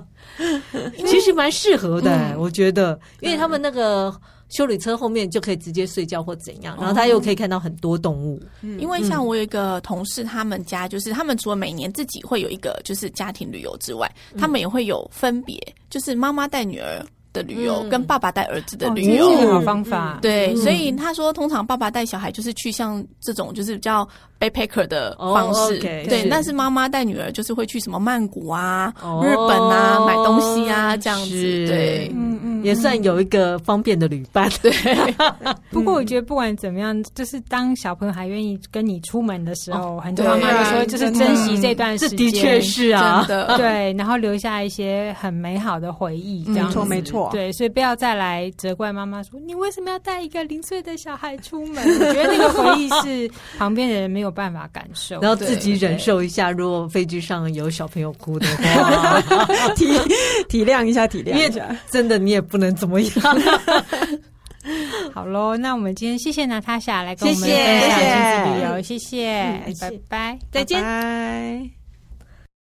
Speaker 2: 其实蛮适合的、
Speaker 4: 嗯
Speaker 2: 我觉得，因为他们那个。修理车后面就可以直接睡觉或怎
Speaker 4: 哦
Speaker 2: 样，然后他又可以看到很多动物，
Speaker 3: 嗯
Speaker 4: 因为
Speaker 2: 嗯
Speaker 4: 像我有一个同事，他们家就是他们除了每年自己会有一个就是家庭旅游之外，
Speaker 2: 嗯
Speaker 4: 他们也会有分别，就是妈妈带女儿的旅游
Speaker 2: 嗯
Speaker 4: 跟爸爸带儿子的
Speaker 1: 哦
Speaker 4: 旅
Speaker 1: 这是
Speaker 4: 游。
Speaker 2: 啊
Speaker 1: 一个好方法。
Speaker 4: 对，所以他说，通常爸爸带小孩就是去像这种就是比较 backpacker 的
Speaker 2: 哦
Speaker 4: 方式
Speaker 2: OK，
Speaker 4: 对
Speaker 2: 是。
Speaker 4: 但是妈妈带女儿就是会去什么曼谷啊、
Speaker 2: 哦
Speaker 4: 日本啊买东西啊这样子，
Speaker 2: 是
Speaker 4: 对。
Speaker 1: 嗯嗯，
Speaker 2: 也算有一个方便的旅伴。对，
Speaker 1: 不过我觉得
Speaker 2: 嗯
Speaker 1: 不管怎么样，就是当小朋友还愿意跟你出门的时
Speaker 2: 哦
Speaker 1: 候，很多
Speaker 4: 对
Speaker 1: 妈妈就说
Speaker 3: 对
Speaker 1: 就是
Speaker 3: 真的
Speaker 1: 珍惜这段时
Speaker 2: 这
Speaker 1: 间，
Speaker 2: 啊的确是啊
Speaker 4: 真， 的，
Speaker 1: 对，然后留下一些很美好的回忆，
Speaker 2: 嗯
Speaker 1: 这样
Speaker 3: 没
Speaker 1: 子
Speaker 3: 错没错，
Speaker 1: 对，所以不要再来责怪妈妈说你为什么要带一个零岁的小孩出门？我觉得那个回忆是旁边的人没有办法感受。
Speaker 2: 然后自己
Speaker 1: 对
Speaker 2: 忍。受一下，如果飞机上有小朋友哭的 话，
Speaker 3: 体体谅一下，体
Speaker 2: 因
Speaker 3: 谅
Speaker 2: 为
Speaker 3: 一下。
Speaker 2: 真的你也不能怎么样。
Speaker 1: 对好喽，那我们今天谢谢娜塔莎来跟我们
Speaker 2: 谢谢
Speaker 1: 分享亲子
Speaker 3: 谢
Speaker 1: 旅
Speaker 3: 谢
Speaker 1: 游，谢谢
Speaker 2: 嗯，谢谢
Speaker 1: 拜拜，
Speaker 2: 再见
Speaker 3: 拜拜